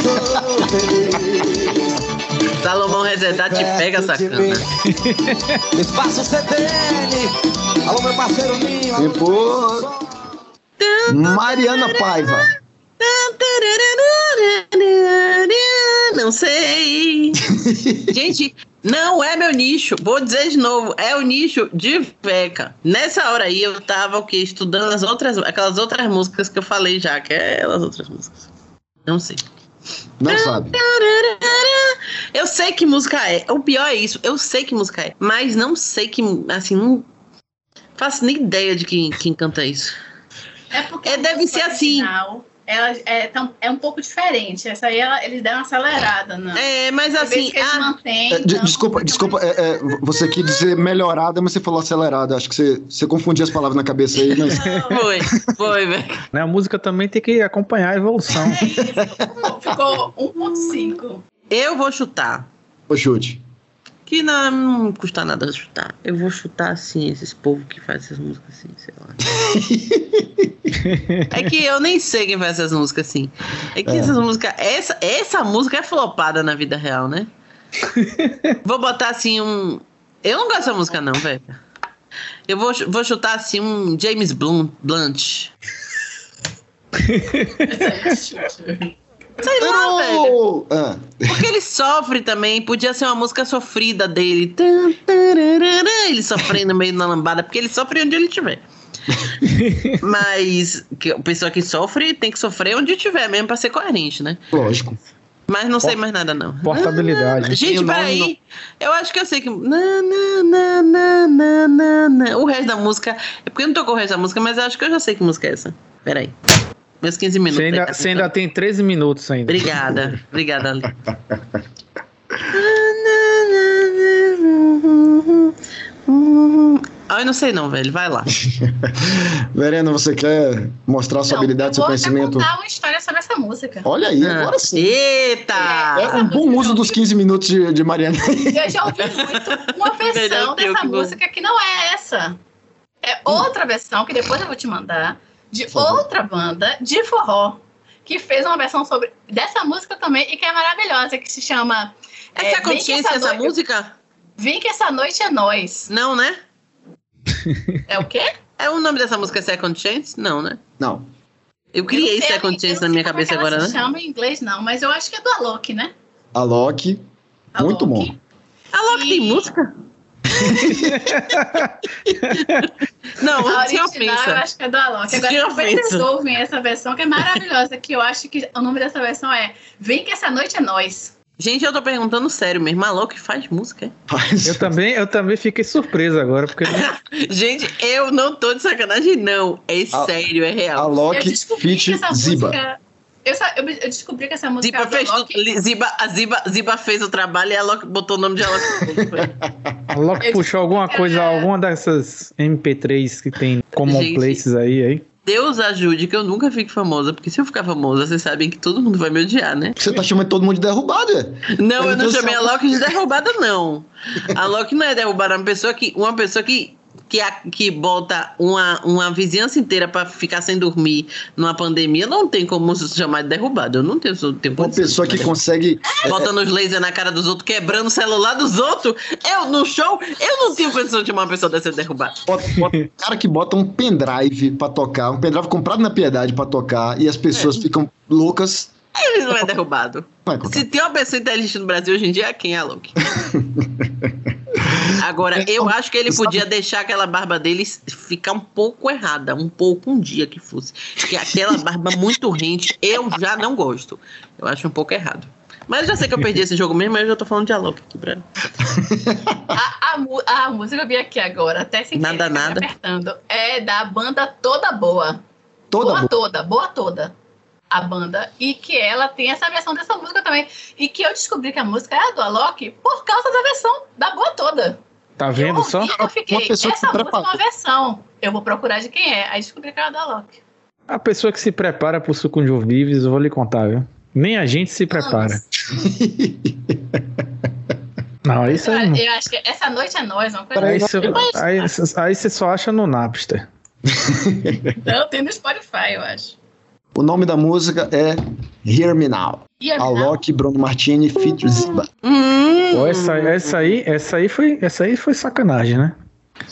J: Sou feliz.
F: Salomão Resetar te pega, sacana.
J: Espaço CTN. Alô, meu parceiro Ninho. alô,
B: Depois. Mariana Paiva.
F: Não sei. Gente, não é meu nicho. Vou dizer de novo, é o nicho de Veca. Nessa hora aí eu tava o quê? Estudando as outras, aquelas outras músicas que eu falei já, aquelas outras músicas. Não sei.
B: Não sabe.
F: Eu sei que música é. O pior é isso. Eu sei que música é. Mas não sei que. Assim, não faço nem ideia de quem, quem canta isso.
E: É porque
F: É, deve ser assim.
E: original, ela é, tão- é um pouco diferente. Essa aí ela- eles deram uma acelerada, né?
F: É, mas
E: Por isso
F: assim.
E: que eles
F: ah,
E: mantêm,
B: É, de-
E: então,
B: desculpa, desculpa. é, é, você quis dizer melhorada, mas você falou acelerada. Acho que você, você confundiu as palavras na cabeça aí. Mas...
F: Foi, foi, velho.
A: Né, A música também tem que acompanhar a evolução.
E: É ficou 1.5.
F: Eu vou chutar.
B: Ô, chute.
F: Que não, não custa nada chutar. Eu vou chutar assim, esses povos que fazem essas músicas assim, sei lá. é que eu nem sei quem faz essas músicas assim. É que
B: É.
F: essas músicas. Essa, essa música é flopada na vida real, né? vou botar assim um. Eu não gosto dessa música, não, velho. Eu vou, chu- vou chutar assim um James Blunt. Blunt.
E: é
F: Sei lá, velho.
B: Errou! Ah,
F: Porque ele sofre também, podia ser uma música sofrida dele. Tan, tararara, Ele sofrendo meio na lambada, porque ele sofre onde ele estiver. Mas que a pessoa que sofre tem que sofrer onde tiver mesmo pra ser coerente, né?
B: lógico.
F: Mas não sei mais nada, não.
A: Portabilidade.
B: E o
F: Gente,
B: nome
F: peraí. Eu acho que eu sei que. Na, na, na, na, na, na, na. O resto da música. É porque eu não tocou o resto da música, mas eu acho que eu já sei que música é essa. Peraí. Meus 15 minutos.
A: Você
F: aí tá
A: ainda,
F: pra
A: você ainda tem 13 minutos ainda.
F: Obrigada, obrigada, Ali. Ah, eu não sei não, velho. Vai lá.
B: Verena, você quer mostrar sua habilidade, seu
E: Então, Vou até
B: conhecimento?
E: contar uma história sobre essa música.
B: Olha aí,
A: Ah.
B: agora sim.
F: Ah. Eita!
E: Ah,
B: É um bom uso dos 15 minutos de, de Mariana.
E: Eu já ouvi muito uma versão
B: Melhor que eu
E: dessa
B: que vou- Hum.
E: música que não é essa. É outra versão, que depois eu vou te mandar, de outra banda de forró, que fez uma versão sobre dessa música também e que é maravilhosa, que se chama.
F: Essa é a consciência, essa música?
E: Vem que essa noite é nós.
F: Não, né?
E: É o quê?
F: É o nome dessa música Second Chance? Não, né?
B: Não.
F: Eu
E: Eu
F: criei
E: não sei,
F: Second Chance na minha
E: Como é que
F: cabeça
E: ela
F: agora,
E: se
F: né?
E: chama em inglês, não, mas eu acho que é do Alok, né?
B: A Loki, muito bom.
F: Alok tem música? Não,
E: a
F: sem
E: original
F: ofensa.
E: eu acho que é do Alok.
F: Sem
E: Agora depois vocês
F: ofensa.
E: ouvem essa versão que é maravilhosa, que eu acho que o nome dessa versão é Vem que essa noite é nós.
F: Gente, eu tô perguntando sério mesmo. Alok faz música, é?
A: Eu também, eu também fiquei surpreso agora, porque
F: Gente, eu não tô de sacanagem, não. É sério, é real.
B: ah,
E: eu descobri que essa música. Eu, só- eu- eu descobri que essa música
F: Ziba
E: é
F: fez,
E: do Alok.
F: li- Ziba, a Ziba, Ziba fez o trabalho e a Loki botou o nome de Alok.
A: a Loki
F: Eu
A: puxou alguma coisa, alguma dessas MP3 que tem common
F: Gente.
A: places aí, aí.
F: Deus ajude que eu nunca fique famosa, porque se eu ficar famosa, vocês sabem que todo mundo vai me odiar, né?
B: Você tá chamando todo mundo de derrubado, é?
F: Não, eu não
B: Então,
F: chamei a
B: só-
F: Loki de derrubada, não. A Loki não é derrubada, é uma pessoa que, uma pessoa que, que, a- que bota uma, uma vizinhança inteira pra ficar sem dormir numa pandemia, não tem como se chamar de derrubada. Eu não tenho, tenho
B: Uma pessoa que consegue.
F: Botando os lasers na cara dos outros, quebrando o celular dos outros. Eu, no show, eu não tenho condição de chamar uma pessoa dessa de derrubada.
B: Bota, bota- o cara que bota um pendrive pra tocar, um pendrive comprado na piedade pra tocar, e as
E: É.
B: pessoas ficam loucas.
F: Ele não é derrubado.
B: Vai, Cacá.
F: Se tem uma pessoa inteligente no Brasil hoje em dia, é quem é a Loki? Agora, eu acho que ele podia deixar aquela barba dele ficar um pouco errada, um pouco um dia que fosse. Porque aquela barba muito rente, eu já não gosto. Eu acho um pouco errado. Mas eu já sei que eu perdi esse jogo mesmo, mas eu já tô falando de a Loki aqui, pra...
E: A, mu- a música eu vi aqui agora, até sem
F: Nada,
E: querer, acabei
F: nada.
E: apertando. É da banda Toda Boa.
B: Toda
E: boa,
B: Boa.
E: toda, boa toda. A banda. E que ela tem essa versão dessa música também. E que eu descobri que a música é a do Alok por causa da versão da boa toda.
A: Tá vendo só?
E: E eu fiquei, essa
A: que se
E: música é
A: prepara.
E: uma versão. Eu vou procurar de quem é. Aí descobri que era do Alok.
A: A pessoa que se prepara pro suco de ouvives, eu vou lhe contar, viu? Nem a gente se prepara. Não, isso é.
E: Eu acho que essa noite é nós, uma coisa
A: Aí
E: assim.
A: você
E: Mas
A: aí- aí você só acha no Napster.
E: Não, tem no Spotify, Então, eu acho.
B: O nome da música é Hear Me Now.
E: Hear Me Ah.
B: A Loki, Bruno Martini, Fit Ziba.
F: Hum.
A: Ó, essa, essa aí, essa aí foi, essa aí foi sacanagem, né?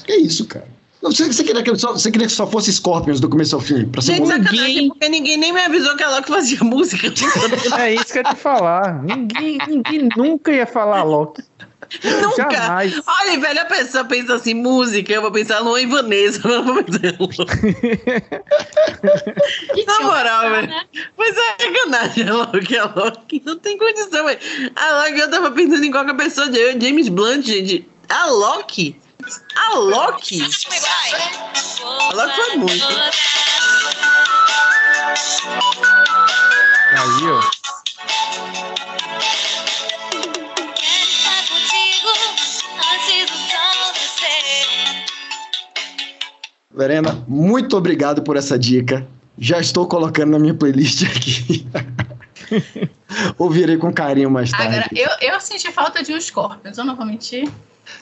B: Que isso, cara? Não, Você, você queria que eu só, você queria que só fosse Scorpions do começo ao fim? Pra ser um
F: Gente,
B: bom?
F: sacanagem, porque ninguém nem me avisou que a Loki fazia música.
A: É isso que eu ia te falar. Ninguém, ninguém nunca ia falar Loki.
F: Nunca.
A: Jamais.
F: Olha, velho, a pessoa pensa assim, música, eu vou pensar Luan e Vanessa, eu não vou pensar em Loki. Na moral, velho. Mas é sacanagem, a Loki, a Loki. Não tem condição, velho. A Loki, eu tava pensando em qualquer pessoa, eu, James Blunt, gente. A Loki? A Loki? A Loki foi muito.
A: Aí, ó.
B: Verena, muito obrigado por essa dica. Já estou colocando na minha playlist aqui. Ouvirei com carinho mais tarde.
E: Agora, eu, eu senti falta de um Scorpions, eu não vou mentir.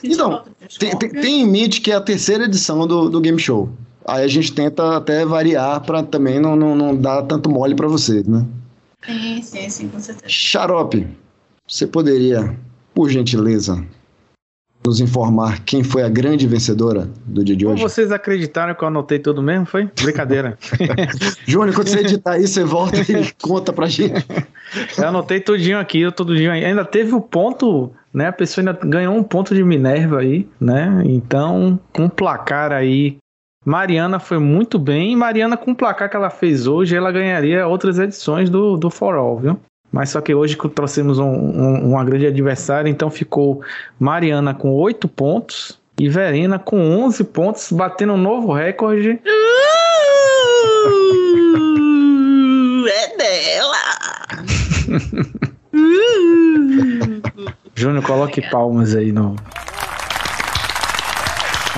E: Senti
B: Então,
E: falta de
B: tem,
E: um
B: tem-
E: Scorpions.
B: tem em mente que é a terceira edição do, do game show. Aí a gente tenta até variar pra também não, não, não dar tanto mole pra vocês, né?
E: Sim, sim, sim, com certeza.
B: Xarope, você poderia, por gentileza, nos informar quem foi a grande vencedora do dia de hoje?
A: Vocês acreditaram que eu anotei tudo mesmo? Foi? Brincadeira.
B: Júnior, quando você editar aí, você volta e conta pra gente.
A: Eu anotei tudinho aqui, eu tudinho aí. Ainda teve o ponto, né? A pessoa ainda ganhou um ponto de Minerva aí, né? Então, com o placar aí. Mariana foi muito bem. e Mariana, com o placar que ela fez hoje, ela ganharia outras edições do, do For All, viu? Mas só que hoje que trouxemos um, um- uma grande adversária, então ficou Mariana com 8 pontos e Verena com 11 pontos, batendo um novo recorde.
F: Uh, é dela! Uh.
A: Júnior, coloque palmas aí no.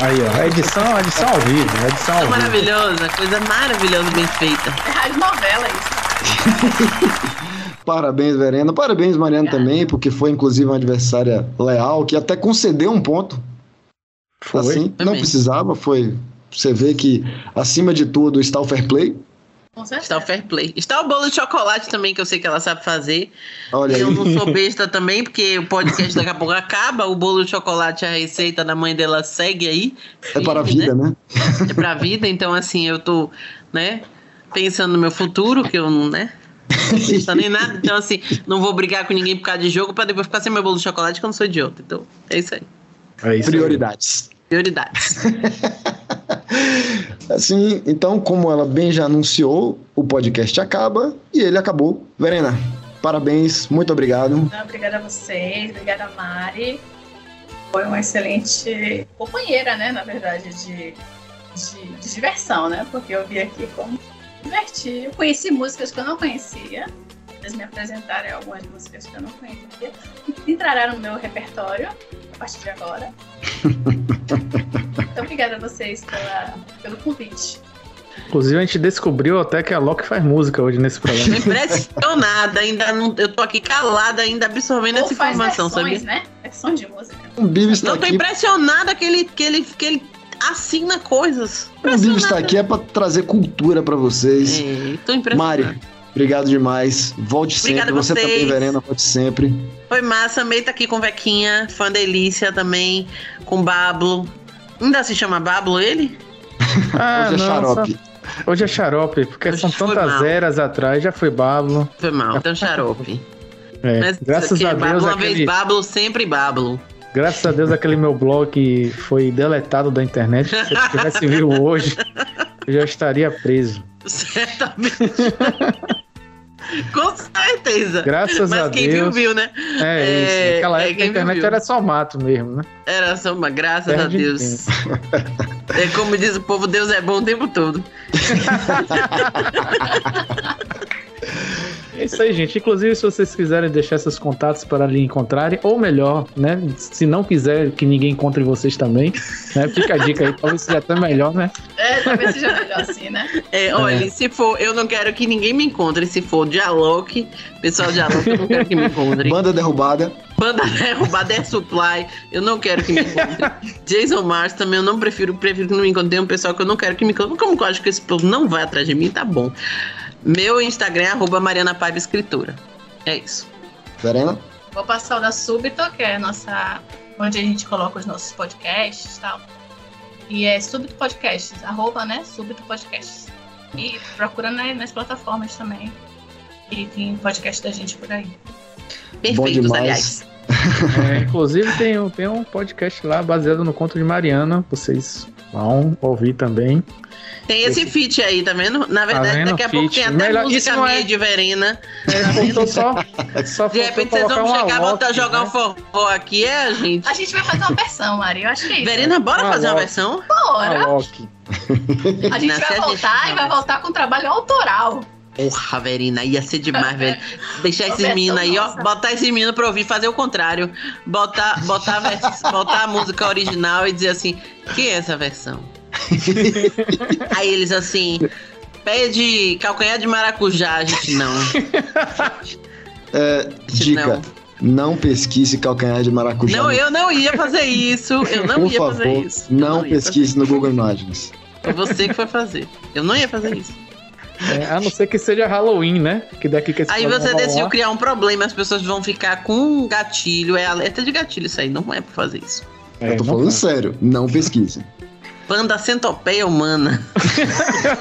A: Aí, ó. Edição, edição ao vivo. Edição ao vivo.
F: É Maravilhosa, coisa maravilhosa, bem feita.
E: É rádio novela isso.
B: Parabéns, Verena. Parabéns, Mariana, também, porque foi inclusive uma adversária leal, que até concedeu um ponto.
A: Foi.
B: Assim, não
F: Também.
B: precisava, foi. Você vê que, acima de tudo, está o fair play.
E: Com certeza.
F: Está o fair play. Está o bolo de chocolate também, que eu sei que ela sabe fazer.
B: Olha
F: Eu
B: aí.
F: não sou besta também, porque o podcast daqui a pouco acaba. O bolo de chocolate, a receita da mãe dela segue aí.
B: É para a vida, né?
F: É pra vida. Então, assim, eu tô, né, pensando no meu futuro, que eu não, né? Não penso nem nada. Então, assim, não vou brigar com ninguém por causa de jogo pra depois ficar sem meu bolo de chocolate, que eu não sou idiota. Então, é isso aí.
A: É isso aí.
B: né? Prioridades.
F: Prioridades.
B: Assim, então, como ela bem já anunciou, o podcast acaba e ele acabou. Verena, parabéns, muito obrigado.
E: Não, obrigada a vocês, obrigada a Mari. Foi uma excelente companheira, né? Na verdade, de, de, de diversão, né? Porque eu vim aqui como divertir. Eu conheci músicas que eu não conhecia. Eles me apresentaram algumas músicas que eu não conhecia. Entraram no meu repertório a partir de agora. então, obrigada a vocês pela, pelo convite.
N: Inclusive, a gente descobriu até que a Loki faz música hoje nesse
F: Tô
N: programa.
F: impressionada, ainda não, eu tô aqui calada, ainda absorvendo
E: Ou
F: essa
E: faz
F: informação,
E: versões,
F: sabia?
E: né? Versões de música.
B: O Um Bibi está
F: Não, tô
B: aqui.
F: impressionada que ele, que ele, que ele assina coisas.
B: O um Bibi está
F: Impressionada.
B: aqui é para trazer cultura para vocês.
F: É, tô impressionada.
B: Mari, obrigado demais. Volte sempre.
F: Obrigada a
B: Você
F: vocês.
B: também, Verena, volte sempre.
F: Foi massa, May tá aqui com Vequinha, fã delícia também, com Bablo. Ainda se chama Bablo ele?
N: Ah,
B: Hoje é
N: não,
B: xarope.
N: só- Hoje é xarope, porque
F: Hoje
N: são
F: foi
N: tantas
F: mal.
N: eras atrás, já foi Bablo.
F: Foi mal, então xarope.
N: É,
F: Mas
N: graças
F: que
N: a
F: é Bablo
N: Deus,
F: uma
N: aquele,
F: vez Bablo, sempre Bablo.
N: graças a Deus aquele meu blog foi deletado da internet. Se eu tivesse vivo hoje, eu já estaria preso.
F: Certamente. com certeza.
N: Graças
F: Mas
N: a
F: quem viu,
N: Deus.
F: viu, né?
N: É, isso.
F: É,
N: Naquela
F: é,
N: época a
F: quem
N: internet
F: viu.
N: era só mato mesmo, né?
F: Era só uma graças
N: Terra
F: a
N: de
F: Deus. É como diz o povo, Deus é bom o tempo todo.
N: É isso aí, gente. Inclusive, se vocês quiserem deixar seus contatos para lhe encontrarem, ou melhor, né? Se não quiser que ninguém encontre vocês também, né? Fica a dica aí, talvez seja até melhor, né?
E: É, talvez seja melhor assim, né?
F: É, olha, se for, eu não quero que ninguém me encontre. Se for dialogue, pessoal de Alok, eu não quero que me encontre.
B: Banda derrubada.
F: Banda derrubada é supply, eu não quero que me encontre. Jason Mars também, eu não prefiro, prefiro que não me encontre. Tem um pessoal que eu não quero que me encontre. Como que eu acho que esse povo não vai atrás de mim, tá bom. Meu Instagram é arroba Mariana Paiva Escritora. É isso.
B: Verena?
E: Vou passar o da Súbito, que é a nossa. onde a gente coloca os nossos podcasts e tal. E é Súbito Podcasts, arroba, né? Súbito Podcasts. E procura na- nas plataformas também. E tem podcast da gente por aí.
F: Perfeitos,
B: demais.
F: aliás.
N: É, inclusive, tem, um- tem um podcast lá baseado no conto de Mariana. Vocês vão ouvir também.
F: Tem esse feat aí, tá vendo? Na verdade,
N: vendo?
F: daqui a pouco
N: Feat.
F: tem até
N: Melhor-
F: música
N: isso não é-
F: minha de Verena.
N: Faltou só, só
F: De
N: faltou
F: repente vocês
N: colocar
F: vão
N: um
F: chegar e
N: Alok,
F: botar jogar um
N: né?
F: forró aqui, é, gente?
E: A gente vai fazer uma versão, Mari. Eu acho que é isso.
F: Verena, bora
N: Um
F: fazer uma
N: Alok.
F: versão?
E: Bora.
N: Alok.
E: né, A gente
F: Nasce,
E: vai voltar e vai voltar com um trabalho autoral.
F: Porra, Verina, ia ser demais, velho. Deixar esses
E: Roberto,
F: meninos aí, ó.
E: nossa.
F: Botar esses meninos pra ouvir, fazer o contrário. Botar, botar, a vers- botar a música original e dizer assim: que é essa versão? aí eles assim. Pé de calcanhar de maracujá, a gente não.
B: É, dica: não. pesquise calcanhar de maracujá.
F: Não, eu não ia fazer isso. Eu não
B: Por
F: ia
B: favor,
F: fazer isso. Eu
B: não,
F: ia
B: pesquise no Google Imagens.
F: fazer. Foi você que foi fazer. Eu não ia fazer isso.
N: É, a não ser que seja Halloween, né? Que daqui que esse
F: Aí
A: é
N: programa
F: você
N: vai ao
F: decidiu
N: ar.
F: criar um problema, as pessoas vão ficar com um gatilho. É alerta de gatilho isso aí, não é pra fazer isso.
N: É,
B: eu tô
N: não
B: falando
N: tá.
B: sério, não pesquise.
F: Panda centopeia humana.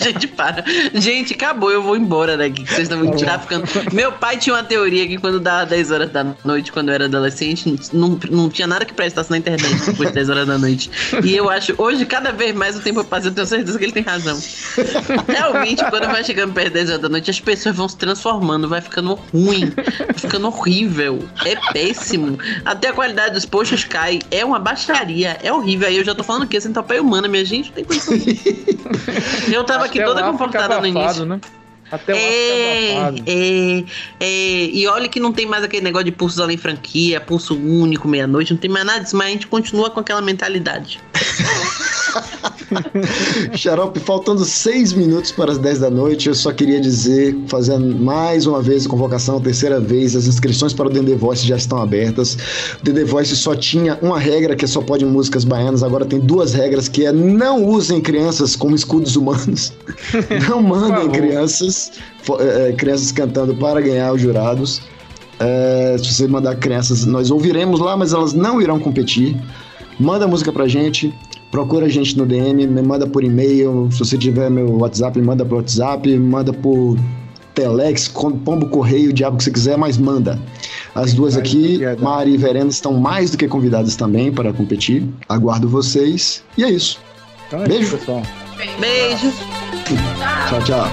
F: Gente, para. Gente, acabou, eu vou embora daqui. que Vocês estão me traficando. Meu pai tinha uma teoria que quando dava 10 horas da noite, quando eu era adolescente, não, não tinha nada que prestasse na internet depois de 10 horas da noite. E eu acho, hoje, cada vez mais o tempo passa, eu tenho certeza que ele tem razão. Realmente, quando vai chegando perto de 10 horas da noite, as pessoas vão se transformando, vai ficando ruim, vai ficando horrível. É péssimo. Até a qualidade dos posts cai. É uma baixaria, é horrível. Aí eu já tô falando que essa entopeia humana, minha gente, não tem condição. Eu tava aqui
N: Até
F: toda
N: é lá fica
F: confortada no
N: tá abafado,
F: início.
N: Né? Até o
F: é,
N: abafado.
F: é, é, e olha que não tem mais aquele negócio de pulso além franquia, pulso único, meia-noite, não tem mais nada disso, mas a gente continua com aquela mentalidade.
B: Xarope, faltando seis minutos para as 10 da noite, eu só queria dizer, fazendo mais uma vez a convocação, terceira vez, as inscrições para o Dendê Voice já estão abertas. O Dendê Voice só tinha uma regra que só pode músicas baianas, agora tem duas regras que é não usem crianças como escudos humanos. Não mandem crianças, fo- eh, eh, crianças cantando para ganhar os jurados. Eh, se você mandar crianças, nós ouviremos lá, mas elas não irão competir. Manda a música pra gente, procura a gente no DM, me manda por e-mail, se você tiver meu WhatsApp, me manda por WhatsApp, me manda por Telex, com- pombo correio, o diabo que você quiser, mas manda. As duas aqui, Mari e Verena, estão mais do que convidadas também para competir. Aguardo vocês. E é isso.
N: Então
B: Beijo. pessoal.
F: Beijo.
B: Tchau, tchau.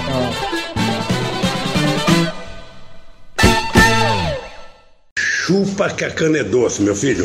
O: Chupa que a cana é doce, meu filho.